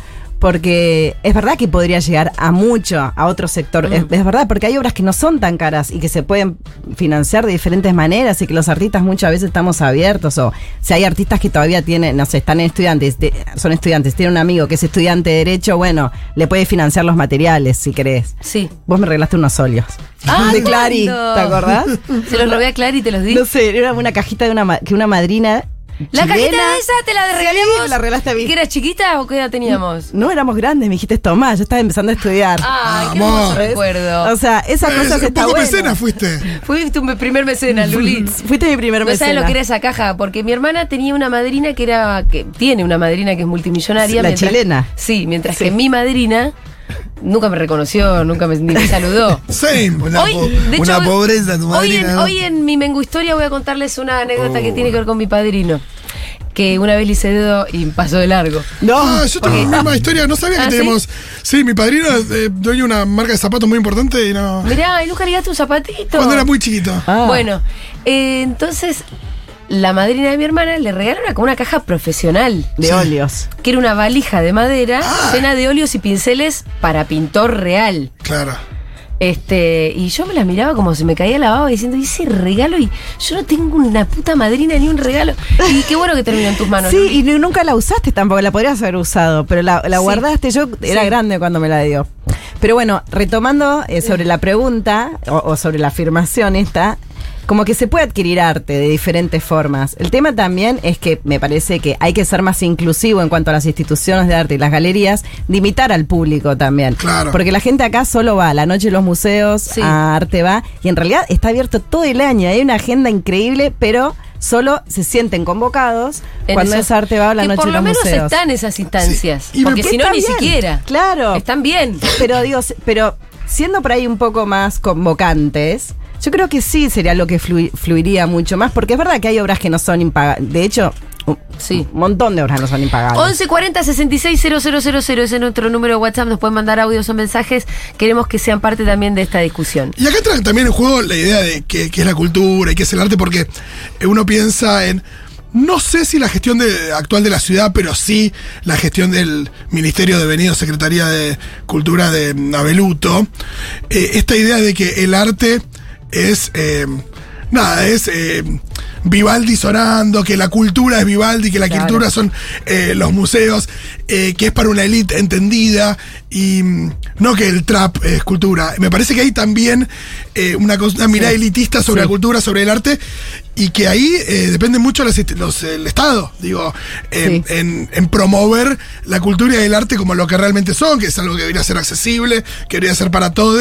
Speaker 6: porque es verdad que podría llegar a mucho, a otro sector. Es,
Speaker 1: Mm.
Speaker 6: es verdad, porque hay obras que no son tan caras y que se pueden financiar de diferentes maneras y que los artistas muchas veces estamos abiertos. O si hay artistas que todavía tienen, no sé, están estudiantes, te- son estudiantes, tiene un amigo que es estudiante de Derecho, bueno, le puede financiar los materiales si querés.
Speaker 1: Sí.
Speaker 6: Vos me regalaste unos óleos.
Speaker 1: Ah,
Speaker 6: de Clary, ¿te
Speaker 1: lindo.
Speaker 6: acordás?
Speaker 1: Se los robé a Clary y te los di.
Speaker 6: No sé, era una cajita de una, ma- que una madrina.
Speaker 1: la
Speaker 6: chilena-
Speaker 1: cajita esa te la regalé a
Speaker 6: Sí,
Speaker 1: vos.
Speaker 6: me la regalaste a mí. Mm.
Speaker 1: ¿Que eras chiquita o qué edad teníamos?
Speaker 6: No éramos grandes, me dijiste, Tomás, yo estaba empezando a estudiar.
Speaker 1: Ay, qué
Speaker 2: Vamos.
Speaker 1: hermoso
Speaker 6: ¿Ves?
Speaker 1: recuerdo.
Speaker 6: O sea, esas
Speaker 2: Eh,
Speaker 6: cosas
Speaker 2: un
Speaker 6: está
Speaker 2: poco
Speaker 6: bueno.
Speaker 2: mecena fuiste.
Speaker 1: Fui tu me- primer mecenas, Luli.
Speaker 6: Fuiste mi primer
Speaker 1: No
Speaker 6: mecena.
Speaker 1: sabes lo que era esa caja, porque mi hermana tenía una madrina que era. que tiene una madrina que es multimillonaria.
Speaker 6: La chilena.
Speaker 1: Sí, mientras
Speaker 6: Sí.
Speaker 1: que mi madrina nunca me reconoció, nunca me, ni me saludó.
Speaker 2: Same.
Speaker 3: Una, po- una pobreza tu
Speaker 1: hoy en,
Speaker 3: madrina. ¿no? Oh,
Speaker 1: hoy en mi Mengu Historia voy a contarles una anécdota que tiene que ver con mi padrino. Que una vez le hice dedo y pasó de largo.
Speaker 6: No.
Speaker 2: Ah, yo tengo la misma historia, no sabía
Speaker 1: ¿Ah,
Speaker 2: que
Speaker 1: sí?
Speaker 2: teníamos. Sí, mi padrino es eh, dueño de una marca de zapatos muy importante y no.
Speaker 1: Mirá, y nunca le gaste un zapatito.
Speaker 2: Cuando era muy chiquito.
Speaker 6: Ah.
Speaker 1: Bueno, eh, entonces la madrina de mi hermana le regaló una, como una caja profesional.
Speaker 6: De óleos.
Speaker 1: que era una valija de madera llena de óleos y pinceles para pintor real.
Speaker 2: Claro.
Speaker 1: Este, y yo me las miraba como si me caía la baba diciendo, hice regalo y yo no tengo una puta madrina ni un regalo. Y qué bueno que terminó en tus manos.
Speaker 6: sí,
Speaker 1: Luli.
Speaker 6: y nu- nunca la usaste tampoco, la podrías haber usado, pero la, la
Speaker 1: Sí.
Speaker 6: guardaste. Yo era
Speaker 1: Sí.
Speaker 6: grande cuando me la dio. Pero bueno, retomando eh, sobre la pregunta o, o sobre la afirmación esta, como que se puede adquirir arte de diferentes formas. El tema también es que me parece que hay que ser más inclusivo en cuanto a las instituciones de arte y las galerías, limitar al público también.
Speaker 2: Claro.
Speaker 6: Porque la gente acá solo va a la noche de los museos,
Speaker 1: Sí.
Speaker 6: a arte va, y en realidad está abierto todo el año, hay una agenda increíble, pero solo se sienten convocados
Speaker 1: En
Speaker 6: cuando
Speaker 1: eso.
Speaker 6: es arte va a la
Speaker 1: Que
Speaker 6: noche
Speaker 1: por
Speaker 6: de
Speaker 1: lo
Speaker 6: los
Speaker 1: menos
Speaker 6: museos.
Speaker 1: están esas instancias.
Speaker 2: Sí. Y me-
Speaker 1: Porque
Speaker 6: Que
Speaker 1: si no,
Speaker 6: está
Speaker 1: ni
Speaker 6: bien.
Speaker 1: siquiera.
Speaker 6: Claro.
Speaker 1: Están bien.
Speaker 6: Pero digo, se- pero siendo por ahí un poco más convocantes, yo creo que sí sería lo que flui- fluiría mucho más, porque es verdad que hay obras que no son impagables. De hecho, un
Speaker 1: Sí.
Speaker 6: un montón de obras no son impagables.
Speaker 1: 1140 000 es nuestro número de WhatsApp. Nos pueden mandar audios o mensajes. Queremos que sean parte también de esta discusión.
Speaker 2: Y acá entra también en juego la idea de qué qué es la cultura y qué es el arte, porque eh, uno piensa en. No sé si la gestión de- actual de la ciudad, pero sí la gestión del Ministerio de Venido, Secretaría de Cultura de Abeluto. eh, esta idea de que el arte es. eh, nada, es. eh, Vivaldi sonando, que la cultura es Vivaldi, que la
Speaker 1: Claro.
Speaker 2: cultura son eh, los museos, eh, que es para una élite entendida y mm, no que el trap es cultura. Me parece que hay también eh, una, cos- una mirada elitista sobre la cultura, sobre el arte y que ahí eh, depende mucho las inst- los, el Estado, digo, en,
Speaker 6: Sí.
Speaker 2: en- en promover la cultura y el arte como lo que realmente son, que es eh, algo que debería ser accesible, que debería ser para todos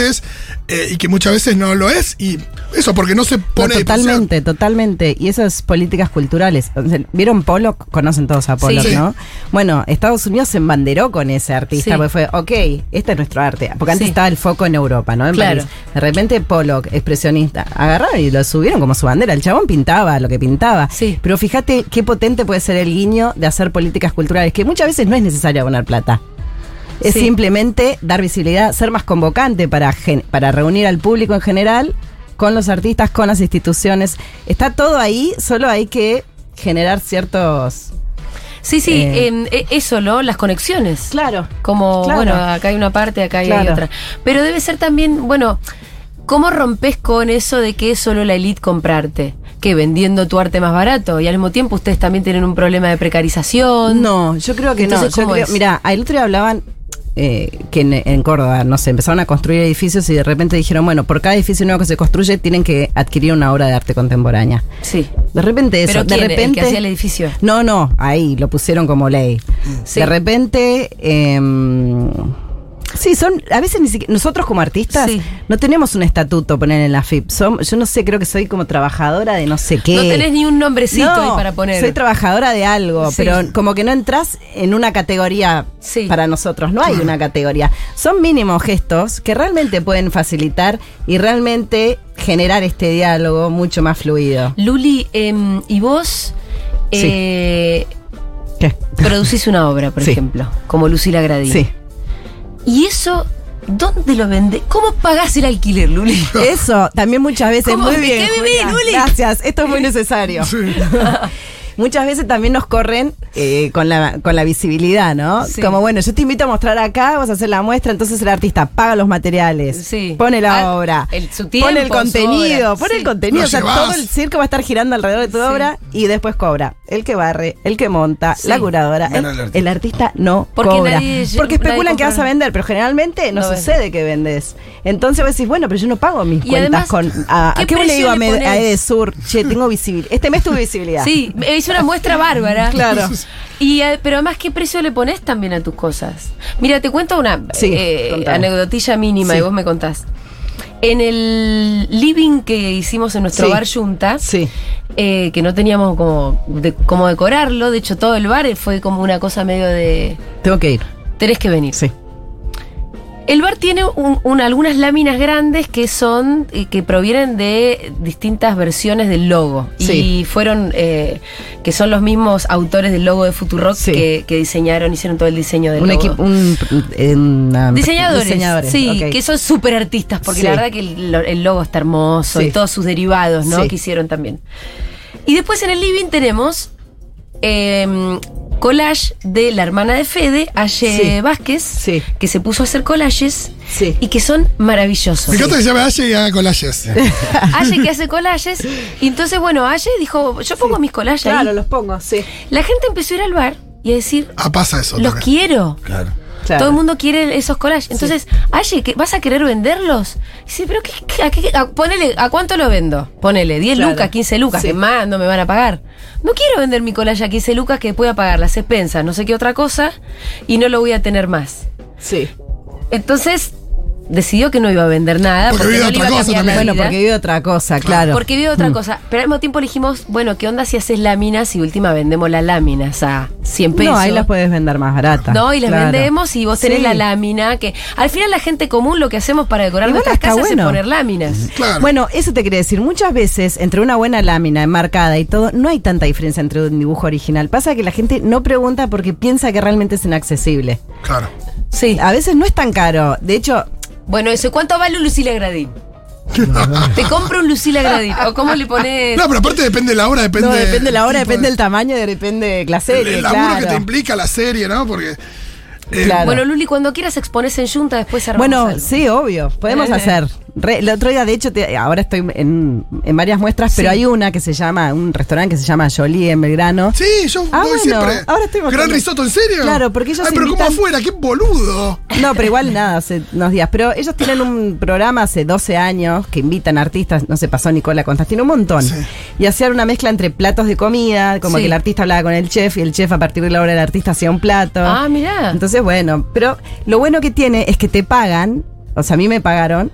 Speaker 2: y que muchas veces no lo es. Y Eso, porque no se
Speaker 6: No,
Speaker 2: pone.
Speaker 6: totalmente, totalmente. Y esas políticas culturales. O sea, ¿Vieron Pollock? Conocen todos a Pollock,
Speaker 2: Sí.
Speaker 6: ¿no? Bueno, Estados Unidos se embanderó con ese artista,
Speaker 1: Sí.
Speaker 6: porque fue, ok, este es nuestro arte. Porque antes
Speaker 1: Sí.
Speaker 6: estaba el foco en Europa, ¿no? En
Speaker 1: Claro.
Speaker 6: París. De repente Pollock, expresionista, agarraron y lo subieron como su bandera. El chabón pintaba lo que pintaba.
Speaker 1: Sí.
Speaker 6: Pero fíjate qué potente puede ser el guiño de hacer políticas culturales, que muchas veces no es necesario abonar plata. Es
Speaker 1: Sí.
Speaker 6: simplemente dar visibilidad, ser más convocante para, gen- para reunir al público en general, con los artistas, con las instituciones. Está todo ahí, solo hay que generar ciertos...
Speaker 1: Sí, sí,
Speaker 6: Eh.
Speaker 1: em, e- eso, ¿no? Las conexiones.
Speaker 6: Claro.
Speaker 1: Como,
Speaker 6: Claro.
Speaker 1: bueno, acá hay una parte, acá hay,
Speaker 6: Claro.
Speaker 1: otra. Pero debe ser también, bueno, ¿cómo rompes con eso de que es solo la elite comprarte? Que vendiendo tu arte más barato y al mismo tiempo ustedes también tienen un problema de precarización.
Speaker 6: No, yo creo que
Speaker 1: Entonces,
Speaker 6: no.
Speaker 1: ¿cómo
Speaker 6: Yo creo-
Speaker 1: es?
Speaker 6: Mira, el otro día hablaban eh, que en, en Córdoba, no sé, empezaron a construir edificios y de repente dijeron, bueno, por cada edificio nuevo que se construye tienen que adquirir una obra de arte contemporánea.
Speaker 1: Sí.
Speaker 6: De repente eso,
Speaker 1: Pero
Speaker 6: de
Speaker 1: ¿quién? ¿El que
Speaker 6: repente
Speaker 1: hacía el edificio?
Speaker 6: No, no, ahí lo pusieron como ley.
Speaker 1: Sí.
Speaker 6: De repente em, Sí, son a veces ni siquiera nosotros como artistas
Speaker 1: Sí.
Speaker 6: no tenemos un estatuto poner en la FIP. Som- yo no sé, creo que soy como trabajadora de no sé qué.
Speaker 1: No tenés ni un nombrecito
Speaker 6: No,
Speaker 1: ahí para poner.
Speaker 6: Soy trabajadora de algo,
Speaker 1: Sí.
Speaker 6: pero como que no entras en una categoría
Speaker 1: Sí.
Speaker 6: para nosotros. No hay una categoría. Son mínimos gestos que realmente pueden facilitar y realmente generar este diálogo mucho más fluido.
Speaker 1: Luli, em, ¿y vos
Speaker 6: Sí.
Speaker 1: eh,
Speaker 6: ¿Qué?
Speaker 1: producís una obra, por
Speaker 6: Sí.
Speaker 1: ejemplo, como Lucila Gradini?
Speaker 6: Sí.
Speaker 1: ¿Y eso dónde lo vendés? ¿Cómo pagás el alquiler, Luli?
Speaker 6: Eso, también muchas veces.
Speaker 1: ¿Cómo?
Speaker 6: Muy
Speaker 1: ¿De
Speaker 6: bien.
Speaker 1: qué vivís,
Speaker 6: Julia.
Speaker 1: Luli?
Speaker 6: Gracias, esto es muy necesario.
Speaker 2: Sí.
Speaker 6: Muchas veces también nos corren eh, con, la, con la visibilidad, ¿no?
Speaker 1: Sí.
Speaker 6: Como, bueno, yo te invito a mostrar acá, vas a hacer la muestra, entonces el artista paga los materiales,
Speaker 1: Sí.
Speaker 6: pone la
Speaker 1: Ah,
Speaker 6: obra,
Speaker 1: el- su tiempo,
Speaker 6: pone el
Speaker 1: su
Speaker 6: contenido,
Speaker 1: obra.
Speaker 6: pone
Speaker 1: Sí.
Speaker 6: el contenido,
Speaker 2: Lo
Speaker 6: o sea,
Speaker 2: llevas.
Speaker 6: todo el circo va a estar girando alrededor de tu
Speaker 1: Sí.
Speaker 6: obra y después cobra. El que barre, el que monta,
Speaker 1: Sí.
Speaker 6: la curadora, el,
Speaker 3: Gana el artista.
Speaker 6: el artista no
Speaker 1: Porque
Speaker 6: cobra.
Speaker 1: nadie-
Speaker 6: porque
Speaker 1: nadie
Speaker 6: especulan que
Speaker 1: compra.
Speaker 6: vas a vender, pero generalmente no,
Speaker 1: No vende.
Speaker 6: sucede que vendes. Entonces vos decís, bueno, pero yo no pago mis
Speaker 1: Y
Speaker 6: cuentas
Speaker 1: además,
Speaker 6: con... ¿A, ¿a
Speaker 1: ¿qué
Speaker 6: qué, vos le
Speaker 1: precio
Speaker 6: digo a,
Speaker 1: le
Speaker 6: Med-
Speaker 1: ponés?
Speaker 6: a Edesur? Che, tengo visibilidad. Este mes tuve visibilidad.
Speaker 1: Sí, me hizo una muestra bárbara.
Speaker 6: Claro.
Speaker 1: Y, eh, pero además, ¿qué precio le pones también a tus cosas? Mira, te cuento una
Speaker 6: Sí,
Speaker 1: eh,
Speaker 6: contame.
Speaker 1: anecdotilla mínima
Speaker 6: Sí.
Speaker 1: y vos me contás. En el living que hicimos en nuestro
Speaker 6: Sí.
Speaker 1: bar Junta,
Speaker 6: Sí.
Speaker 1: eh, que no teníamos como, de- como decorarlo, de hecho todo el bar fue como una cosa medio de...
Speaker 6: Tengo que ir.
Speaker 1: Tenés que venir.
Speaker 6: Sí.
Speaker 1: El bar tiene un- un- algunas láminas grandes que son eh, que provienen de distintas versiones del logo y
Speaker 6: Sí.
Speaker 1: fueron eh, que son los mismos autores del logo de Futurock
Speaker 6: Sí.
Speaker 1: que, que diseñaron, hicieron todo el diseño del
Speaker 6: Un
Speaker 1: logo.
Speaker 6: equipo. Un, una-
Speaker 1: Diseñadores,
Speaker 6: diseñadores,
Speaker 1: sí,
Speaker 6: ok.
Speaker 1: que son súper artistas, porque
Speaker 6: Sí.
Speaker 1: la verdad que el, lo- el logo está hermoso
Speaker 6: Sí.
Speaker 1: y todos sus derivados, ¿no?
Speaker 6: Sí.
Speaker 1: Que hicieron también. Y después en el living tenemos em, collage de la hermana de Fede, Aye
Speaker 6: Sí.
Speaker 1: Vázquez,
Speaker 6: Sí.
Speaker 1: que se puso a hacer collages
Speaker 6: Sí.
Speaker 1: y que son maravillosos.
Speaker 2: Me encanta que se llame Aye y haga collages.
Speaker 1: Aye que hace collages. Y entonces, bueno, Aye dijo, yo pongo mis collages.
Speaker 6: Claro,
Speaker 1: ahí.
Speaker 6: los pongo, sí.
Speaker 1: La gente empezó a ir al bar y a decir,
Speaker 2: Ah, pasa eso.
Speaker 1: los
Speaker 2: también.
Speaker 1: quiero.
Speaker 3: Claro.
Speaker 1: Todo el mundo quiere esos collages. Entonces, Aye, ¿qué- ¿vas a querer venderlos? Y dice, pero qué, qué- a, qué- a- ponele, ¿a cuánto lo vendo? Ponele, 10
Speaker 6: Claro.
Speaker 1: lucas, 15 lucas,
Speaker 6: Sí.
Speaker 1: que más no me van a pagar. No quiero vender mi collage a 15 lucas que pueda pagar las expensas, no sé qué otra cosa, y no lo voy a tener más.
Speaker 6: Sí.
Speaker 1: Entonces, decidió que no iba a vender nada.
Speaker 2: Porque
Speaker 1: Porque,
Speaker 2: vive
Speaker 1: no le
Speaker 2: otra
Speaker 1: iba a
Speaker 2: cosa
Speaker 1: cambiar la
Speaker 2: también.
Speaker 6: Bueno,
Speaker 1: vida.
Speaker 6: porque vive otra cosa, claro.
Speaker 1: Porque vi
Speaker 6: Mm.
Speaker 1: otra cosa. Pero al mismo tiempo le dijimos, bueno, ¿qué onda si haces láminas y última vendemos las láminas a 100 pesos?
Speaker 6: No, ahí las puedes vender más baratas.
Speaker 1: No, y las
Speaker 6: claro.
Speaker 1: vendemos y vos tenés
Speaker 6: Sí.
Speaker 1: la lámina que al final la gente común lo que hacemos para decorar
Speaker 6: Igual
Speaker 1: nuestras
Speaker 6: está
Speaker 1: casas
Speaker 6: bueno.
Speaker 1: es poner láminas.
Speaker 2: Claro.
Speaker 6: Bueno, eso te quería decir. Muchas veces, entre una buena lámina enmarcada y todo, no hay tanta diferencia entre un dibujo original. Pasa que la gente no pregunta porque piensa que realmente es inaccesible.
Speaker 2: Claro.
Speaker 1: Sí.
Speaker 6: A veces no es tan caro. De hecho,
Speaker 1: Bueno, eso, ¿cuánto vale un Lucila Gradín? Te compro un Lucila Gradín. ¿O cómo le pones?
Speaker 2: No, pero aparte depende de la hora, depende.
Speaker 6: Eh, no, depende de la hora,
Speaker 2: tipo,
Speaker 6: depende del tamaño, de- depende de la
Speaker 2: El,
Speaker 6: serie.
Speaker 2: el laburo
Speaker 6: claro.
Speaker 2: que te implica la serie, ¿no? Porque. eh,
Speaker 6: Claro.
Speaker 1: Bueno, Luli, cuando quieras expones en Junta, después armamos
Speaker 6: Bueno,
Speaker 1: algo.
Speaker 6: sí, obvio, podemos
Speaker 1: Eh.
Speaker 6: hacer. Re- el otro día, de hecho, te- ahora estoy en, en varias muestras, pero
Speaker 1: Sí.
Speaker 6: hay una que se llama, un restaurante que se llama Jolie en Belgrano.
Speaker 2: Sí, yo
Speaker 6: Ah,
Speaker 2: voy
Speaker 6: bueno,
Speaker 2: siempre.
Speaker 6: ahora estoy
Speaker 2: Gran
Speaker 6: bastante-
Speaker 2: risotto, ¿en serio?
Speaker 6: Claro, porque ellos
Speaker 2: Ay, pero
Speaker 6: invitan-
Speaker 2: ¿cómo afuera? ¡Qué boludo!
Speaker 6: No, pero igual nada, hace unos días. Pero ellos tienen un programa hace 12 años que invitan artistas, no se pasó Nicola Constantino, un montón.
Speaker 2: Sí.
Speaker 6: Y hacían una mezcla entre platos de comida, como
Speaker 1: Sí.
Speaker 6: que el artista hablaba con el chef y el chef a partir de la obra del artista hacía un plato.
Speaker 1: Ah, mirá.
Speaker 6: Entonces, bueno, pero lo bueno que tiene es que te pagan, o sea, a mí me pagaron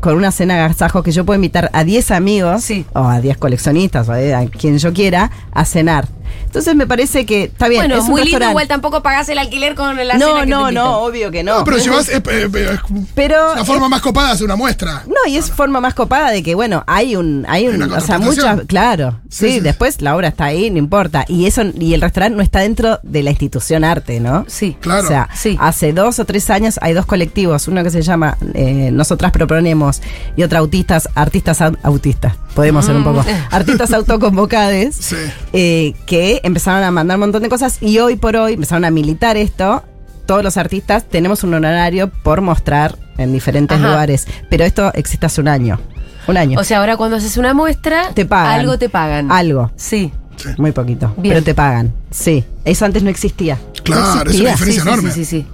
Speaker 6: con una cena de agasajo que yo puedo invitar a 10 amigos
Speaker 4: Sí.
Speaker 6: o a 10 coleccionistas o a, a quien yo quiera a cenar. Entonces me parece que está bien.
Speaker 1: bueno,
Speaker 6: es un
Speaker 1: muy lindo,
Speaker 6: restaurante.
Speaker 1: igual tampoco pagás el alquiler con la cena
Speaker 6: No,
Speaker 1: que
Speaker 6: no,
Speaker 1: te
Speaker 6: no, obvio Ah, que no.
Speaker 2: No, pero llevas. eh, eh, eh,
Speaker 6: Pero-
Speaker 2: La forma más copada es una muestra.
Speaker 6: No, y es forma más copada de que, bueno, hay un, hay
Speaker 2: Hay
Speaker 6: un,
Speaker 2: una
Speaker 6: o sea,
Speaker 2: contraprestación.
Speaker 6: muchas, claro,
Speaker 2: Sí,
Speaker 6: sí,
Speaker 2: sí, sí.
Speaker 6: después la obra está ahí, no importa, y eso, y el restaurante no está dentro de la institución arte, ¿no?
Speaker 1: Sí.
Speaker 2: Claro.
Speaker 6: O sea,
Speaker 1: Sí.
Speaker 6: hace dos o tres años hay dos colectivos, uno que se llama eh, Nosotras Proponemos y otro Autistas, Artistas Au- Autistas, podemos ser un poco,
Speaker 1: Mm.
Speaker 6: Artistas Autoconvocades,
Speaker 2: Sí.
Speaker 6: eh, que empezaron a mandar un montón de cosas y hoy por hoy empezaron a militar esto. Todos los artistas tenemos un honorario por mostrar en diferentes
Speaker 1: Ajá.
Speaker 6: lugares, pero esto existe hace un año. Un año.
Speaker 1: O sea, ahora cuando haces una muestra,
Speaker 6: te pagan.
Speaker 1: algo te pagan.
Speaker 6: Algo.
Speaker 1: Sí.
Speaker 6: Muy poquito.
Speaker 1: Bien.
Speaker 6: Pero te pagan. Sí. Eso antes no existía. No
Speaker 2: Claro, es una
Speaker 6: existía.
Speaker 2: diferencia.
Speaker 1: sí, sí,
Speaker 2: enorme.
Speaker 1: Sí, sí, sí.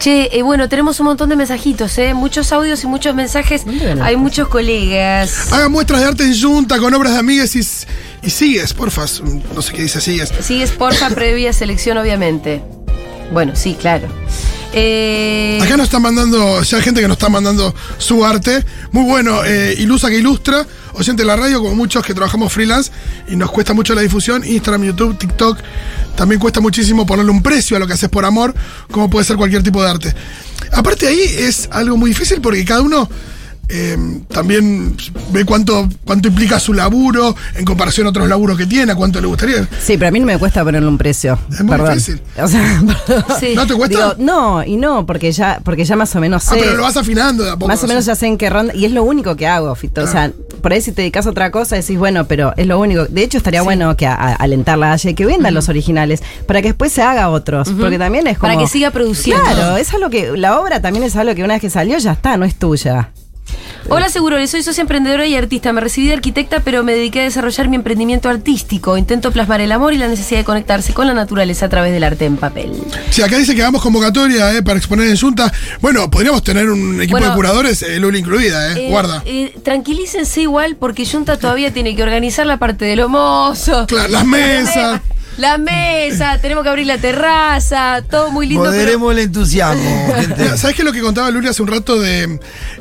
Speaker 1: Che, eh, bueno, tenemos un montón de mensajitos, ¿eh? Muchos audios y muchos mensajes. Hay muchos colegas.
Speaker 2: Hagan muestras de arte en Junta con obras de amigues y, s- y sigues, porfa. No sé qué dice sigues.
Speaker 1: Sigues porfa previa selección, obviamente. Bueno, sí, claro. Eh,
Speaker 2: Acá nos están mandando, ya hay gente que nos está mandando su arte. Muy bueno, eh, Ilusa que ilustra, oyente de la radio, como muchos que trabajamos freelance y nos cuesta mucho la difusión. Instagram, YouTube, TikTok. También cuesta muchísimo ponerle un precio a lo que haces por amor, como puede ser cualquier tipo de arte. Aparte ahí es algo muy difícil porque cada uno eh, también ve cuánto, cuánto implica su laburo en comparación a otros laburos que tiene, a cuánto le gustaría.
Speaker 6: Sí, pero a mí no me cuesta ponerle un precio.
Speaker 2: Es muy
Speaker 6: Perdón.
Speaker 2: difícil.
Speaker 6: O sea,
Speaker 1: sí.
Speaker 2: ¿No te cuesta?
Speaker 6: digo, no, y no, porque ya, porque ya más o menos sé.
Speaker 2: ah, pero lo vas afinando de a poco.
Speaker 6: Más o menos
Speaker 2: sí.
Speaker 6: ya sé en qué ronda. Y es lo único que hago, Fito. O sea, por ahí si te dedicas a otra cosa, decís, bueno, pero es lo único. De hecho, estaría bueno que a- a- alentar la Dalle, que vendan los originales, para que después se haga otros. Porque también es como.
Speaker 1: Para que siga produciendo.
Speaker 6: Claro, es algo que. La obra también es algo que una vez que salió ya está, no es tuya.
Speaker 1: Hola Segurole, soy socia emprendedora y artista. Me recibí de arquitecta, pero me dediqué a desarrollar mi emprendimiento artístico. Intento plasmar el amor y la necesidad de conectarse con la naturaleza a través del arte en papel.
Speaker 2: Si acá dice que hagamos convocatoria eh, para exponer en Junta, bueno, podríamos tener un equipo
Speaker 1: Bueno,
Speaker 2: de curadores, eh, Luli incluida, eh,
Speaker 1: Eh,
Speaker 2: guarda.
Speaker 1: eh, tranquilícense igual, porque Junta todavía tiene que organizar la parte de los mozos.
Speaker 2: Claro, las
Speaker 1: eh,
Speaker 2: mesas.
Speaker 1: La mesa, tenemos que abrir la terraza, todo muy lindo. pero-
Speaker 3: Moderemos el entusiasmo, gente.
Speaker 2: Mira, ¿Sabes qué es lo que contaba Luli hace un rato de mm,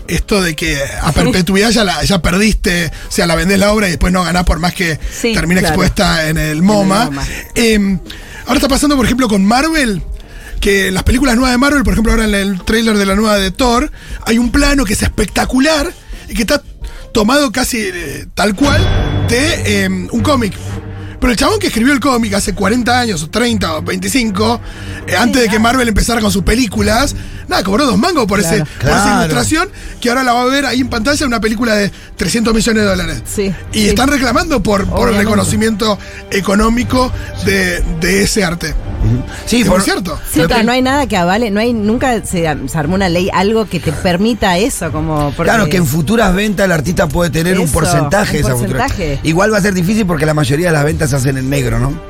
Speaker 2: esto de que a perpetuidad ya, la, ya perdiste, o sea, la vendés la obra y después no ganás por más que
Speaker 1: Sí,
Speaker 2: termine
Speaker 1: claro.
Speaker 2: expuesta en el MoMA? Eh, ahora está pasando, por ejemplo, con Marvel. Que las películas nuevas de Marvel, por ejemplo, ahora en el tráiler de la nueva de Thor, hay un plano que es espectacular y que está tomado casi eh, tal cual de eh, un cómic. Pero el chabón que escribió el cómic hace 40 años, o 30, o 25, eh, antes de que Marvel empezara con sus películas, nada, cobró dos mangos por, ese, por esa
Speaker 3: Claro.
Speaker 2: ilustración que ahora la va a ver ahí en pantalla una película de 300 millones de dólares.
Speaker 6: Sí,
Speaker 2: Y
Speaker 6: sí.
Speaker 2: están reclamando por, por el
Speaker 6: Obviamente.
Speaker 2: reconocimiento económico de, de ese arte.
Speaker 3: Sí,
Speaker 2: Es
Speaker 3: por
Speaker 2: muy cierto.
Speaker 6: Sí, pero no hay nada que avale, no hay, nunca se, se armó una ley, algo que te permita eso, como porque-
Speaker 3: Claro, que en futuras ventas el artista puede tener un
Speaker 6: Eso,
Speaker 3: porcentaje de
Speaker 6: un
Speaker 3: esa futura.
Speaker 6: porcentaje.
Speaker 3: Igual va a ser difícil porque la mayoría de las ventas se hacen en negro, ¿no?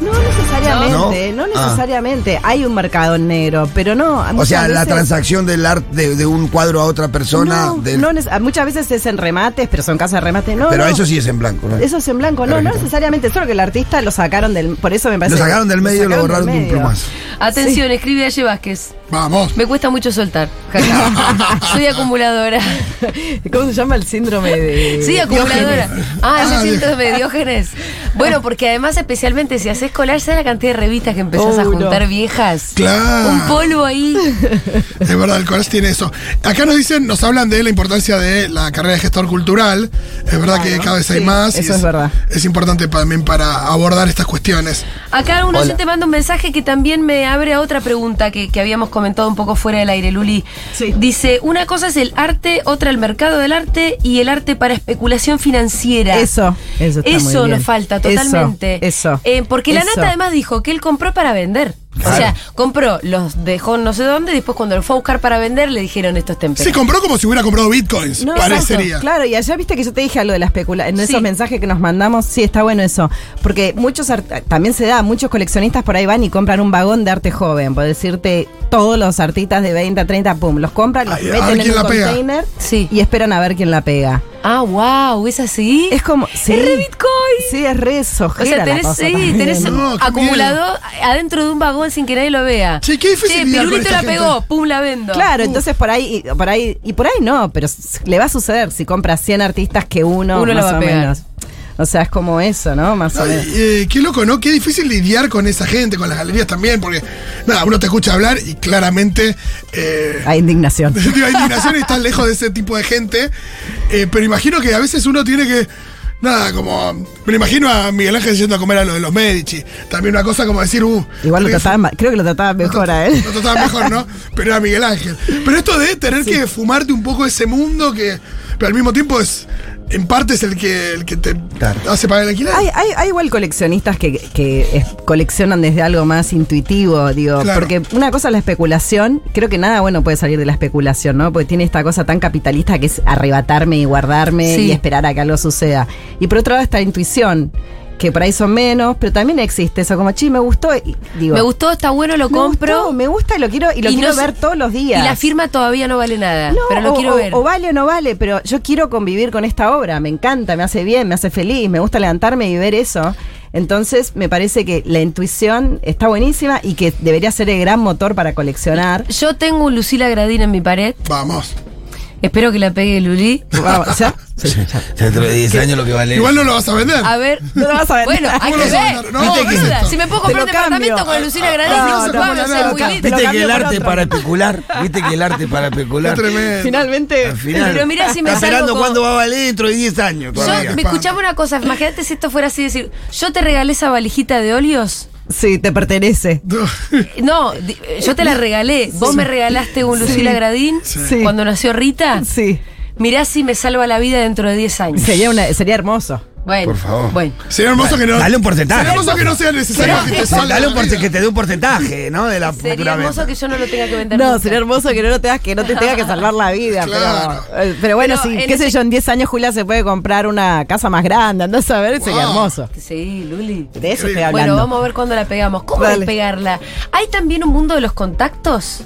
Speaker 6: No necesariamente,
Speaker 3: No. Ah.
Speaker 6: no, necesariamente. Hay un mercado en negro, pero no.
Speaker 3: O
Speaker 6: muchas
Speaker 3: sea, la
Speaker 6: veces-
Speaker 3: transacción del arte de, de un cuadro a otra persona.
Speaker 6: No,
Speaker 3: del-
Speaker 6: no neces- muchas veces es en remates, pero son casas de remate, no.
Speaker 3: pero
Speaker 6: no.
Speaker 3: eso sí es en blanco, ¿no?
Speaker 6: Eso es en blanco, no, no
Speaker 3: Correcto.
Speaker 6: necesariamente, solo que el artista lo sacaron del. Por eso me parece.
Speaker 3: lo sacaron del medio y lo
Speaker 6: sacaron
Speaker 3: borraron de
Speaker 6: del
Speaker 3: un
Speaker 6: medio.
Speaker 3: plumazo.
Speaker 1: Atención, escribe Aye Vázquez.
Speaker 2: Vamos.
Speaker 1: Me cuesta mucho soltar. jaja. Soy acumuladora.
Speaker 6: ¿Cómo se llama el síndrome de.?
Speaker 1: Sí, acumuladora. Ah, yo
Speaker 2: Eh, Ah,
Speaker 1: siento de Diógenes. Bueno, porque además, especialmente si haces collage, ¿sabes la cantidad de revistas que empezás a
Speaker 6: Oh, no.
Speaker 1: juntar viejas?
Speaker 2: Claro.
Speaker 1: Un polvo ahí.
Speaker 2: Es verdad, el collage tiene eso. Acá nos dicen, nos hablan de la importancia de la carrera de gestor cultural. Es verdad que cada vez hay
Speaker 6: sí,
Speaker 2: más. y
Speaker 6: eso es verdad.
Speaker 2: Es importante también para abordar estas cuestiones.
Speaker 1: Acá un oyente manda un mensaje que también me abre a otra pregunta que, que habíamos comentado un poco fuera del aire, Luli.
Speaker 6: Sí.
Speaker 1: Dice, una cosa es el arte, otra el mercado del arte y el arte para especulación financiera.
Speaker 6: Eso, eso está
Speaker 1: Eso
Speaker 6: muy bien.
Speaker 1: nos falta
Speaker 6: Eso,
Speaker 1: totalmente.
Speaker 6: eso,
Speaker 1: Eh, porque la
Speaker 6: eso.
Speaker 1: nata además dijo que él compró para vender. O
Speaker 3: Claro.
Speaker 1: sea, compró, los dejó no sé dónde, y después cuando lo fue a buscar para vender le dijeron esto es tempera".
Speaker 2: Se compró como si hubiera comprado bitcoins,
Speaker 6: No,
Speaker 2: parecería.
Speaker 6: exacto, claro, y allá viste que yo te dije algo de la especulación, en
Speaker 1: Sí.
Speaker 6: esos mensajes que nos mandamos, sí, está bueno eso, porque muchos, art- también se da, muchos coleccionistas por ahí van y compran un vagón de arte joven, por decirte, todos los artistas de 20 a 30, pum, los compran, los
Speaker 2: Ay, a ver
Speaker 6: meten en
Speaker 2: quién
Speaker 6: un
Speaker 2: la pega.
Speaker 6: container
Speaker 1: Sí.
Speaker 6: y esperan a ver quién la pega.
Speaker 1: Ah, wow, es así.
Speaker 6: Es como, sí.
Speaker 1: re Bitcoin.
Speaker 6: Sí, es re sojera
Speaker 1: O sea,
Speaker 6: la
Speaker 1: tenés,
Speaker 6: cosa
Speaker 1: sí,
Speaker 6: también.
Speaker 1: tenés
Speaker 2: No, qué
Speaker 1: acumulado adentro de un vagón sin que nadie lo vea.
Speaker 2: Che, qué difícil
Speaker 1: Che,
Speaker 2: lidiar con
Speaker 1: Pirulito la
Speaker 2: esta gente.
Speaker 1: pegó, pum, la vendo.
Speaker 2: Uh.
Speaker 6: Claro, entonces por ahí, y- por ahí, y por ahí no, pero s- le va a suceder si compra 100 artistas que uno,
Speaker 1: Uno la
Speaker 6: más
Speaker 1: va a
Speaker 6: o
Speaker 1: pegar.
Speaker 6: menos. O sea, es como eso, ¿no? Más o
Speaker 2: No, y,
Speaker 6: menos.
Speaker 2: eh, qué loco, ¿no? Qué difícil lidiar con esa gente, con las galerías también, porque nada, uno te escucha hablar y claramente eh,
Speaker 6: Hay indignación.
Speaker 2: digo, hay indignación y estás lejos de ese tipo de gente. Eh, pero imagino que a veces uno tiene que. Nada, como. Me lo imagino a Miguel Ángel yendo a comer a lo de los Medici. También una cosa como decir, uh.
Speaker 6: Igual lo
Speaker 2: tenés-
Speaker 6: trataban, ma- creo que lo trataban mejor a él.
Speaker 2: Lo trataba mejor, ¿no? Pero era Miguel Ángel. Pero esto de tener que fumarte un poco ese mundo que. Pero al mismo tiempo es. En parte es el que, el que te
Speaker 3: Claro.
Speaker 2: hace pagar el alquiler.
Speaker 6: Hay, hay, hay igual coleccionistas que, que es- coleccionan desde algo más intuitivo, digo,
Speaker 2: Claro.
Speaker 6: porque una cosa es la especulación, creo que nada bueno puede salir de la especulación, ¿no? Porque tiene esta cosa tan capitalista que es arrebatarme y guardarme
Speaker 1: Sí.
Speaker 6: y esperar a que algo suceda. Y por otro lado está la intuición, que por ahí son menos, pero también existe eso, como, chi, me gustó, y, digo,
Speaker 1: Me gustó, está bueno, lo
Speaker 6: me
Speaker 1: compro.
Speaker 6: gustó, me gusta y lo quiero, y lo
Speaker 1: Y
Speaker 6: quiero
Speaker 1: no sé-
Speaker 6: ver todos los días.
Speaker 1: Y la firma todavía no vale nada,
Speaker 6: No,
Speaker 1: pero lo
Speaker 6: o,
Speaker 1: quiero
Speaker 6: o-
Speaker 1: ver.
Speaker 6: o vale o no vale, pero yo quiero convivir con esta obra, me encanta, me hace bien, me hace feliz, me gusta levantarme y ver eso. Entonces me parece que la intuición está buenísima y que debería ser el gran motor para coleccionar.
Speaker 1: Yo tengo un Lucila Gradina en mi pared.
Speaker 2: Vamos.
Speaker 1: Espero que la pegue Luli.
Speaker 6: Vamos, ¿ya?
Speaker 3: Dentro de 10 años lo que vale.
Speaker 2: Igual no lo vas a vender.
Speaker 1: A ver.
Speaker 6: No lo vas a ver.
Speaker 1: Bueno, hay que
Speaker 2: ¿Cómo lo vas a
Speaker 1: ver.
Speaker 2: vender? No,
Speaker 1: Viste que-
Speaker 2: boluda,
Speaker 1: si me puedo
Speaker 6: Te
Speaker 1: comprar
Speaker 6: lo
Speaker 1: un departamento
Speaker 6: cambio.
Speaker 1: con Lucila Gradina,
Speaker 6: No,
Speaker 1: vamos
Speaker 6: no,
Speaker 1: a
Speaker 2: no,
Speaker 1: ser
Speaker 2: no,
Speaker 1: muy
Speaker 2: no,
Speaker 1: lindo.
Speaker 6: Te
Speaker 3: Viste
Speaker 6: lo
Speaker 3: que el
Speaker 6: cambio por
Speaker 3: arte
Speaker 6: otro.
Speaker 3: para especular. Viste que el arte para
Speaker 2: Qué
Speaker 3: especular.
Speaker 2: tremendo.
Speaker 6: Finalmente.
Speaker 3: Al final.
Speaker 1: Pero mirá si me
Speaker 3: Está
Speaker 1: salgo
Speaker 3: esperando
Speaker 1: con-
Speaker 3: cuándo va a valer dentro de 10 años. todavía.
Speaker 1: Yo, me
Speaker 2: Espanto.
Speaker 1: escuchaba una cosa, imagínate si esto fuera así, decir, yo te regalé esa valijita de óleos.
Speaker 6: Sí, te pertenece.
Speaker 2: No.
Speaker 1: No, di- yo te la regalé. Vos me regalaste un Lucila Gradín
Speaker 6: Sí.
Speaker 1: cuando nació Rita.
Speaker 6: Sí.
Speaker 1: Mirá si me salva la vida dentro de 10 años.
Speaker 6: Sería, una, sería hermoso.
Speaker 1: Bueno,
Speaker 3: Por favor.
Speaker 1: Bueno.
Speaker 2: Sería hermoso que no.
Speaker 3: Dale un porcentaje.
Speaker 2: Sería hermoso que no sea necesario
Speaker 1: Pero-
Speaker 2: que te salga.
Speaker 3: Dale un
Speaker 2: la
Speaker 3: porce-
Speaker 2: vida.
Speaker 3: que te dé un porcentaje, ¿no? De la
Speaker 1: Sería
Speaker 3: futura
Speaker 1: hermoso
Speaker 3: venta.
Speaker 1: que yo no lo tenga que vender.
Speaker 6: No,
Speaker 1: nunca.
Speaker 6: sería hermoso que no, lo tengas, que no te tenga que salvar la vida.
Speaker 2: Claro.
Speaker 6: Pero, eh, pero bueno,
Speaker 1: Pero
Speaker 6: sí,
Speaker 1: en
Speaker 6: qué sé
Speaker 1: ese-
Speaker 6: yo, en 10 años Julia se puede comprar una casa más grande, andás a ver, sería
Speaker 2: Wow.
Speaker 6: hermoso.
Speaker 1: Sí, Luli.
Speaker 6: De eso estoy
Speaker 2: Bueno,
Speaker 6: hablando.
Speaker 1: Bueno, vamos a ver cuándo la pegamos. ¿Cómo
Speaker 6: Dale.
Speaker 1: pegarla? ¿Hay también un mundo de los contactos?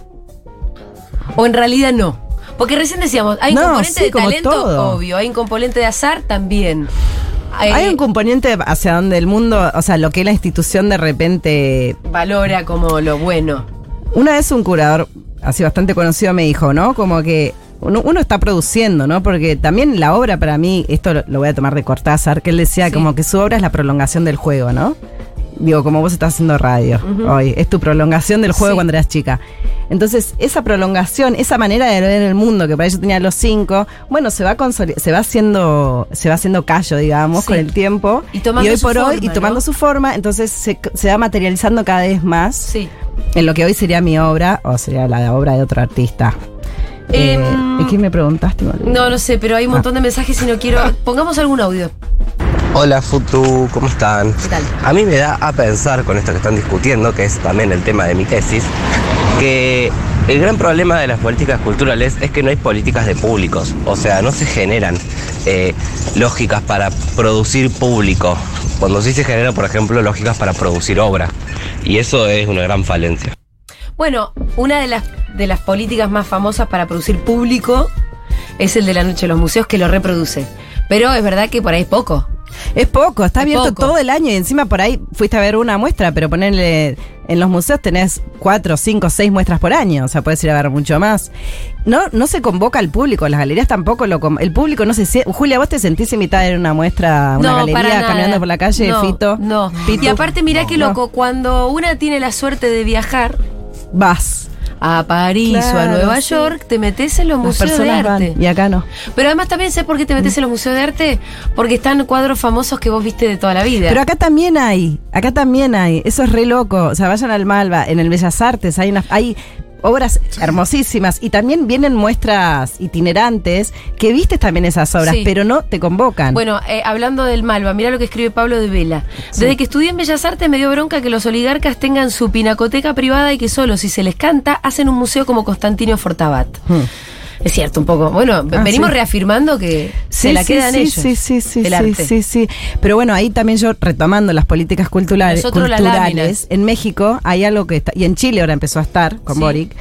Speaker 1: ¿O en realidad no? Porque recién decíamos, hay un
Speaker 6: No,
Speaker 1: componente
Speaker 6: sí,
Speaker 1: de
Speaker 6: como
Speaker 1: talento,
Speaker 6: todo.
Speaker 1: obvio. Hay un componente de azar también. Eh,
Speaker 6: Hay un componente hacia donde el mundo, o sea, lo que la institución de repente.
Speaker 1: valora como lo bueno.
Speaker 6: Una vez un curador así bastante conocido me dijo, ¿no? Como que uno, uno está produciendo, ¿no? Porque también la obra para mí, esto lo, lo voy a tomar de Cortázar, que él decía
Speaker 1: Sí.
Speaker 6: como que su obra es la prolongación del juego, ¿no? Digo, como vos estás haciendo radio hoy, es tu prolongación del
Speaker 1: Sí.
Speaker 6: juego cuando eras chica. Entonces, esa prolongación, esa manera de ver el mundo, que para yo tenía los cinco, bueno, se va consoli- se va haciendo, se va haciendo callo, digamos,
Speaker 1: Sí.
Speaker 6: con el tiempo.
Speaker 1: Y tomando
Speaker 6: hoy
Speaker 1: su
Speaker 6: por hoy,
Speaker 1: forma,
Speaker 6: y tomando
Speaker 1: ¿no?
Speaker 6: su forma, entonces se, se va materializando cada vez más
Speaker 1: Sí.
Speaker 6: en lo que hoy sería mi obra o sería la obra de otro artista.
Speaker 1: Em,
Speaker 6: Eh, ¿y ¿Qué me preguntaste? Me olvidé.
Speaker 1: No, no sé, pero hay un montón de mensajes y no quiero. Pongamos algún audio.
Speaker 4: Hola Futu, ¿cómo están?
Speaker 1: ¿Qué tal?
Speaker 4: A mí me da a pensar con esto que están discutiendo, que es también el tema de mi tesis, que el gran problema de las políticas culturales es que no hay políticas de públicos, o sea, no se generan eh, lógicas para producir público, cuando sí se generan, por ejemplo, lógicas para producir obra, y eso es una gran falencia.
Speaker 1: Bueno, una de las, de las políticas más famosas para producir público es el de la Noche de los Museos, que lo reproduce. Pero es verdad que por ahí es poco.
Speaker 6: Es poco, está
Speaker 1: Es
Speaker 6: abierto
Speaker 1: poco.
Speaker 6: todo el año y encima por ahí fuiste a ver una muestra, pero ponerle en los museos tenés cuatro, cinco, seis muestras por año, o sea, puedes ir a ver mucho más. No, no se convoca al público, las galerías tampoco lo con- el público no se sie- Julia, vos te sentís invitada a ir a una muestra, a una
Speaker 1: no,
Speaker 6: galería
Speaker 1: para nada.
Speaker 6: caminando por la calle,
Speaker 1: No,
Speaker 6: Fito.
Speaker 1: No.
Speaker 6: Pitu?
Speaker 1: Y aparte, mirá
Speaker 6: No,
Speaker 1: qué
Speaker 6: no.
Speaker 1: loco, cuando una tiene la suerte de viajar
Speaker 6: Vas.
Speaker 1: a París o a
Speaker 6: Claro,
Speaker 1: Nueva
Speaker 6: sí.
Speaker 1: York, te metes en los
Speaker 6: Las
Speaker 1: museos de
Speaker 6: personas van,
Speaker 1: arte.
Speaker 6: y acá no.
Speaker 1: Pero además también sé por qué te metes en los museos de arte, porque están cuadros famosos que vos viste de toda la vida.
Speaker 6: Pero acá también hay, acá también hay, eso es re loco. O sea, vayan al Malva, en el Bellas Artes hay unas, hay obras hermosísimas y también vienen muestras itinerantes que vistes también esas obras,
Speaker 1: Sí.
Speaker 6: pero no te convocan.
Speaker 1: Bueno, eh, hablando del Malva, mira lo que escribe Pablo de Vela. Desde que estudié en Bellas Artes me dio bronca que los oligarcas tengan su pinacoteca privada y que solo si se les canta hacen un museo como Constantino Fortabat. Es cierto, un poco. Bueno,
Speaker 6: Hmm. Ah,
Speaker 1: venimos
Speaker 6: sí.
Speaker 1: reafirmando que se la quedan
Speaker 6: sí,
Speaker 1: ellos.
Speaker 6: Sí, sí, sí,
Speaker 1: el
Speaker 6: sí,
Speaker 1: arte.
Speaker 6: sí, sí. Pero bueno, ahí también yo retomando las políticas culturales,
Speaker 1: Nosotros las láminas.
Speaker 6: culturales en México hay algo que está, y en Chile ahora empezó a estar con
Speaker 1: Sí.
Speaker 6: Boric,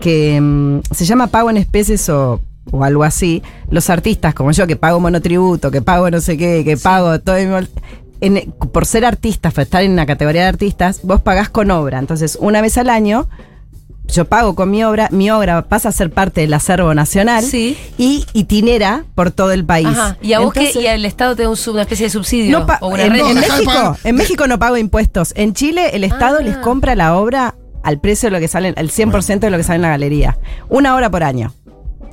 Speaker 6: que mm, se llama pago en especies o o algo así, los artistas como yo que pago monotributo, que pago no sé qué, que pago todo mi mol- en- por ser artista, por estar en una categoría de artistas, vos pagás con obra. Entonces, una vez al año, yo pago con mi obra, mi obra pasa a ser parte del acervo nacional
Speaker 1: Sí.
Speaker 6: y itinera por todo el país.
Speaker 1: Ajá. Y a vos que-
Speaker 6: Entonces-
Speaker 1: y al Estado te da un sub- una especie de subsidio
Speaker 6: no pa-
Speaker 1: o una
Speaker 6: en,
Speaker 1: red.
Speaker 6: en
Speaker 2: No, dejá de
Speaker 6: México,
Speaker 2: pagar.
Speaker 6: en México no pago impuestos. En Chile el Estado
Speaker 1: Ah.
Speaker 6: les compra la obra al precio de lo que sale, al 100% de lo que sale en la galería. Una obra por año.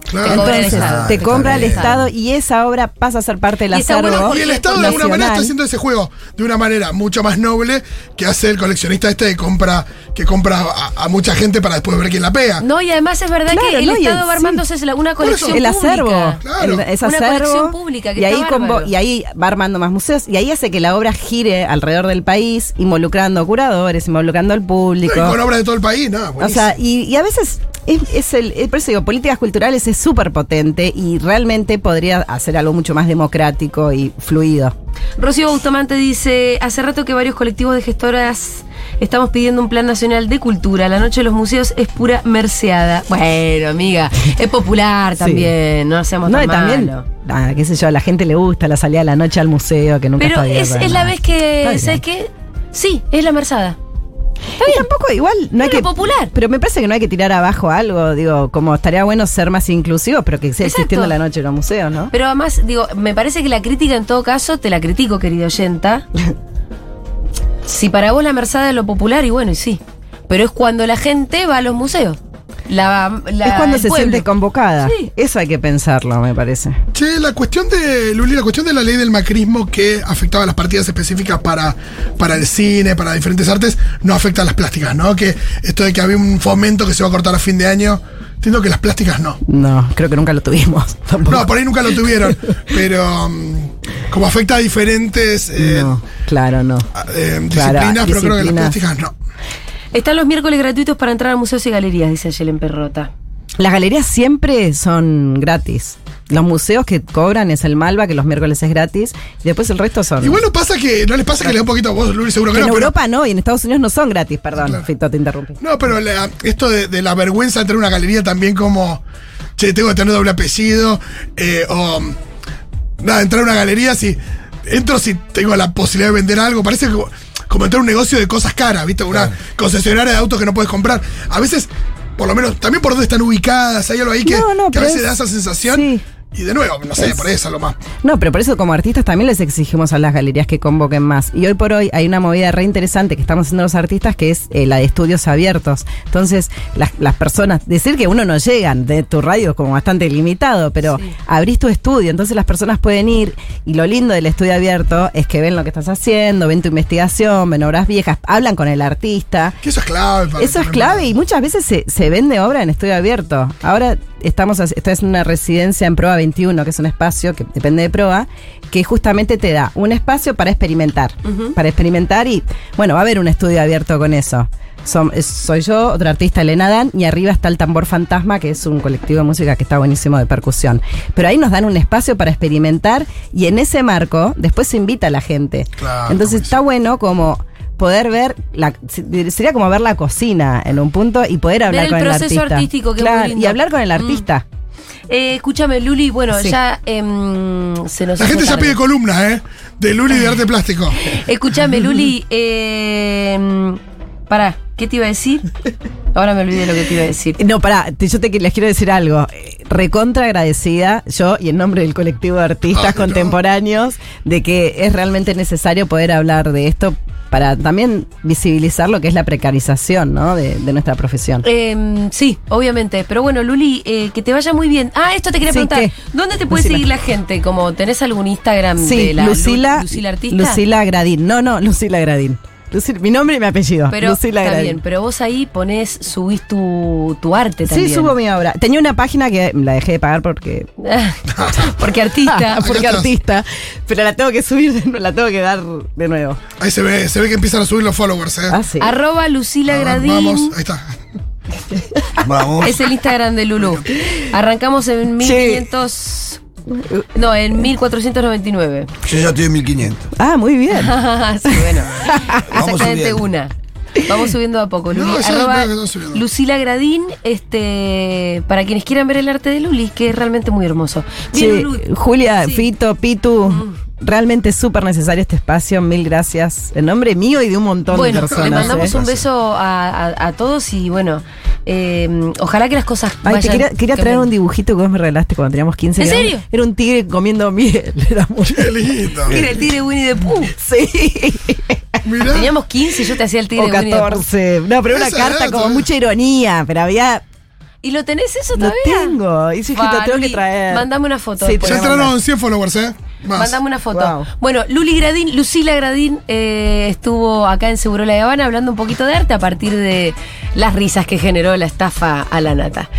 Speaker 1: Te
Speaker 2: Claro.
Speaker 1: cobra el
Speaker 6: Entonces,
Speaker 1: Estado.
Speaker 6: te
Speaker 1: Te
Speaker 6: compra
Speaker 1: cobra
Speaker 6: el
Speaker 1: el
Speaker 6: Estado y esa obra pasa a ser parte del
Speaker 1: Y está
Speaker 6: acervo.
Speaker 1: bueno
Speaker 2: Y el Estado de alguna manera está haciendo ese juego de una manera mucho más noble que hace el coleccionista este que compra, que compra a, a mucha gente para después ver quién la pega.
Speaker 1: No, y además es verdad
Speaker 6: Claro,
Speaker 1: que el
Speaker 6: no, y el-
Speaker 1: Estado va armándose la- una colección
Speaker 6: el acervo.
Speaker 1: pública.
Speaker 2: Claro.
Speaker 6: el- es
Speaker 1: Una
Speaker 6: acervo.
Speaker 1: colección pública, que
Speaker 6: y, ahí
Speaker 1: está
Speaker 6: con-
Speaker 1: bárbaro.
Speaker 6: y ahí va armando más museos. Y ahí hace que la obra gire alrededor del país, involucrando curadores, involucrando al
Speaker 2: No,
Speaker 6: público.
Speaker 2: y con obras de todo el país, nada.
Speaker 6: O
Speaker 2: buenísimo.
Speaker 6: sea, y, y a veces es, es el, es- por eso digo, políticas culturales es súper potente y realmente podría hacer algo mucho más democrático y fluido.
Speaker 1: Rocío Bustamante dice, hace rato que varios colectivos de gestoras estamos pidiendo un plan nacional de cultura. La noche de los museos es pura merceada. Bueno, amiga, es popular Ah, también, no hacemos
Speaker 6: No,
Speaker 1: tan
Speaker 6: y también,
Speaker 1: malo.
Speaker 6: ah, qué sé yo, a la gente le gusta la salida a la noche al museo, que nunca
Speaker 1: Pero
Speaker 6: está bien,
Speaker 1: es,
Speaker 6: pero
Speaker 1: es la
Speaker 6: nada.
Speaker 1: vez
Speaker 6: Está
Speaker 1: que,
Speaker 6: bien.
Speaker 1: ¿sabes qué? Sí, es la merceada.
Speaker 6: Y tampoco igual no hay
Speaker 1: Pero
Speaker 6: que
Speaker 1: popular.
Speaker 6: pero me parece que no hay que tirar abajo algo digo como estaría bueno ser más inclusivo pero que sea
Speaker 1: Exacto.
Speaker 6: existiendo la noche en los museos no
Speaker 1: Pero además, digo, me parece que la crítica en todo caso, te la critico, querido oyenta. si para vos la merced es lo popular, y bueno, y sí. Pero es cuando la gente va a los museos. La, la-
Speaker 6: es cuando
Speaker 1: el
Speaker 6: se
Speaker 1: pueblo.
Speaker 6: siente convocada
Speaker 1: Sí.
Speaker 6: eso hay que pensarlo me parece
Speaker 2: Che, la cuestión de, Luli, la cuestión de la ley del macrismo que afectaba las partidas específicas para, para el cine, para diferentes artes, no afecta a las plásticas, ¿no? Que esto de que había un fomento que se va a cortar a fin de año, entiendo que las plásticas no.
Speaker 6: no creo que nunca lo tuvimos tampoco.
Speaker 2: No, por ahí nunca lo tuvieron, pero mm, como afecta a diferentes eh,
Speaker 6: No, claro no
Speaker 2: a- eh,
Speaker 6: Claro,
Speaker 2: disciplinas, pero creo que las
Speaker 6: disciplinas.
Speaker 2: plásticas no.
Speaker 1: Están los miércoles gratuitos para entrar a museos y galerías, dice Yelen Perrota.
Speaker 6: Las galerías siempre son gratis. Los museos que cobran es el Malva, que los miércoles es gratis, y después el resto son.
Speaker 2: Y bueno, pasa que, no les pasa que le da un poquito a vos, Luli, seguro
Speaker 6: en
Speaker 2: que no, pero
Speaker 6: Europa no, y en Estados Unidos no son gratis, perdón, Fito, te interrumpí.
Speaker 2: No, pero la- esto de, de la vergüenza de entrar a una galería también como, che, tengo que tener doble apellido, eh, o nada, entrar a una galería si entro si tengo la posibilidad de vender algo, parece como, como entrar a un negocio de cosas caras, ¿viste? Una concesionaria de autos que no puedes comprar. A veces, por lo menos, también por dónde están ubicadas, hay algo ahí que,
Speaker 6: No, no,
Speaker 2: que a
Speaker 6: pero
Speaker 2: veces
Speaker 6: es-
Speaker 2: da esa sensación.
Speaker 6: sí.
Speaker 2: Y de nuevo, no sé,
Speaker 6: Es-
Speaker 2: por ahí es algo más.
Speaker 6: No, pero por eso como artistas también les exigimos a las galerías que convoquen más. Y hoy por hoy hay una movida re interesante que estamos haciendo los artistas que es eh, la de estudios abiertos. Entonces, las, las personas, decir que uno no llegan de tu radio es como bastante limitado, pero abrís tu estudio, entonces las personas pueden ir y lo lindo del estudio abierto es que ven lo que estás haciendo, ven tu investigación, ven obras viejas, hablan con el artista.
Speaker 2: Que eso es clave. para-
Speaker 6: Eso es clave y muchas veces se, se vende obra en estudio abierto. Ahora estamos hac- estoy haciendo una residencia en Proa 21, que es un espacio que depende de Proa, que justamente te da un espacio para experimentar. Para experimentar y, bueno, va a haber un estudio abierto con eso. Som- es- soy yo, otra artista, Elena Dan, y arriba está el Tambor Fantasma, que es un colectivo de música que está buenísimo de percusión. Pero ahí nos dan un espacio para experimentar y en ese marco después se invita a la gente.
Speaker 2: Claro,
Speaker 6: Entonces
Speaker 2: buenísimo.
Speaker 6: está bueno como poder ver la sería como ver la cocina en un punto y poder hablar
Speaker 1: el
Speaker 6: con el
Speaker 1: proceso
Speaker 6: artista
Speaker 1: artístico, que es
Speaker 6: Claro,
Speaker 1: muy lindo.
Speaker 6: y hablar con el
Speaker 1: Mm.
Speaker 6: artista
Speaker 1: Eh, escúchame, Luli, bueno,
Speaker 6: Sí.
Speaker 1: ya em, se nos
Speaker 2: La
Speaker 1: hace
Speaker 2: gente ya
Speaker 1: tarde.
Speaker 2: pide columnas, ¿eh? De Luli de arte plástico.
Speaker 1: Escúchame, Luli, em, pará, ¿qué te iba a decir? Ahora me olvidé lo que te iba a decir.
Speaker 6: No, pará, te- yo te, les quiero decir algo. Eh, Recontra agradecida, yo y en nombre del colectivo de artistas
Speaker 2: Ay, no.
Speaker 6: contemporáneos, de que es realmente necesario poder hablar de esto para también visibilizar lo que es la precarización ¿no? de, de nuestra profesión.
Speaker 1: Em, sí, obviamente. Pero bueno, Luli, eh, que te vaya muy bien. Ah, esto te quería
Speaker 6: Sí,
Speaker 1: preguntar.
Speaker 6: ¿qué?
Speaker 1: ¿Dónde te puede
Speaker 6: Lucila.
Speaker 1: seguir la gente? Como tenés algún Instagram
Speaker 6: Sí,
Speaker 1: de la Lu-
Speaker 6: Lucila,
Speaker 1: Lucila Artista.
Speaker 6: Lucila Gradín. No, no, Lucila Gradín. Lucila- mi nombre y mi apellido.
Speaker 1: pero
Speaker 6: Lucila
Speaker 1: está
Speaker 6: Gradín.
Speaker 1: bien, pero vos ahí ponés, subís tu, tu arte también.
Speaker 6: Sí, subo mi obra. Tenía una página que la dejé de pagar porque. Ah,
Speaker 1: Porque artista.
Speaker 2: Acá
Speaker 6: porque
Speaker 2: estás.
Speaker 6: artista. Pero la tengo que subir, de nuevo, la tengo que dar de nuevo.
Speaker 2: Ahí se ve, se ve que empiezan a subir los followers, ¿eh?
Speaker 6: Ah, sí. Ah,
Speaker 1: Arroba Lucila
Speaker 2: A ver,
Speaker 1: Gradín.
Speaker 2: Vamos, ahí está.
Speaker 3: Vamos.
Speaker 1: Es el Instagram de Lulu. Arrancamos en 1500. No, en 1499.
Speaker 3: Yo ya estoy en 1500.
Speaker 6: Ah, muy bien.
Speaker 1: sí, bueno.
Speaker 3: Vamos
Speaker 1: Exactamente
Speaker 3: subiendo.
Speaker 1: una. Vamos subiendo a poco, Luli.
Speaker 2: No, ya
Speaker 1: Arroba
Speaker 2: veo que están subiendo.
Speaker 1: Lucila Gradín, este, para quienes quieran ver el arte de Luli, que es realmente muy hermoso. Bien,
Speaker 6: Che,
Speaker 1: Luli.
Speaker 6: Julia,
Speaker 1: Sí. Mm.
Speaker 6: Fito, Pitu, realmente súper necesario este espacio. Mil gracias. En nombre mío y de un montón
Speaker 1: Bueno,
Speaker 6: de personas.
Speaker 1: le mandamos
Speaker 6: ¿eh?
Speaker 1: un beso a, a- a todos y bueno, eh, ojalá que las cosas
Speaker 6: Ay, te
Speaker 1: vayan
Speaker 6: quería, quería traer
Speaker 1: cambiando.
Speaker 6: un dibujito que vos me regalaste cuando teníamos 15
Speaker 1: ¿En
Speaker 6: que era-
Speaker 1: serio?
Speaker 6: Era un tigre comiendo miel. Era muy...
Speaker 2: Qué lindo.
Speaker 1: Era el tigre Winnie the Pooh.
Speaker 6: Sí.
Speaker 2: Mirá.
Speaker 1: Teníamos 15 y yo te hacía el tigre
Speaker 6: O
Speaker 1: Winnie the Pooh.
Speaker 6: 14. No, pero era una
Speaker 2: Esa
Speaker 6: carta
Speaker 2: edad,
Speaker 6: con
Speaker 2: ¿eh?
Speaker 6: mucha ironía, pero había.
Speaker 1: ¿Y lo tenés eso
Speaker 6: Lo
Speaker 1: todavía?
Speaker 6: tengo. Y sí,
Speaker 1: Fa,
Speaker 6: lo tengo que
Speaker 1: Luli,
Speaker 6: traer.
Speaker 1: Mandame una foto.
Speaker 6: Sí,
Speaker 1: después.
Speaker 2: Ya
Speaker 6: Podemos
Speaker 2: entraron
Speaker 6: mandar.
Speaker 2: 100 followers, ¿eh? Más.
Speaker 1: Mandame una foto.
Speaker 6: Wow.
Speaker 1: Bueno, Luli Gradín, Lucila Gradín eh, estuvo acá en Seguro La Habana hablando un poquito de arte a partir de las risas que generó la estafa a la nata.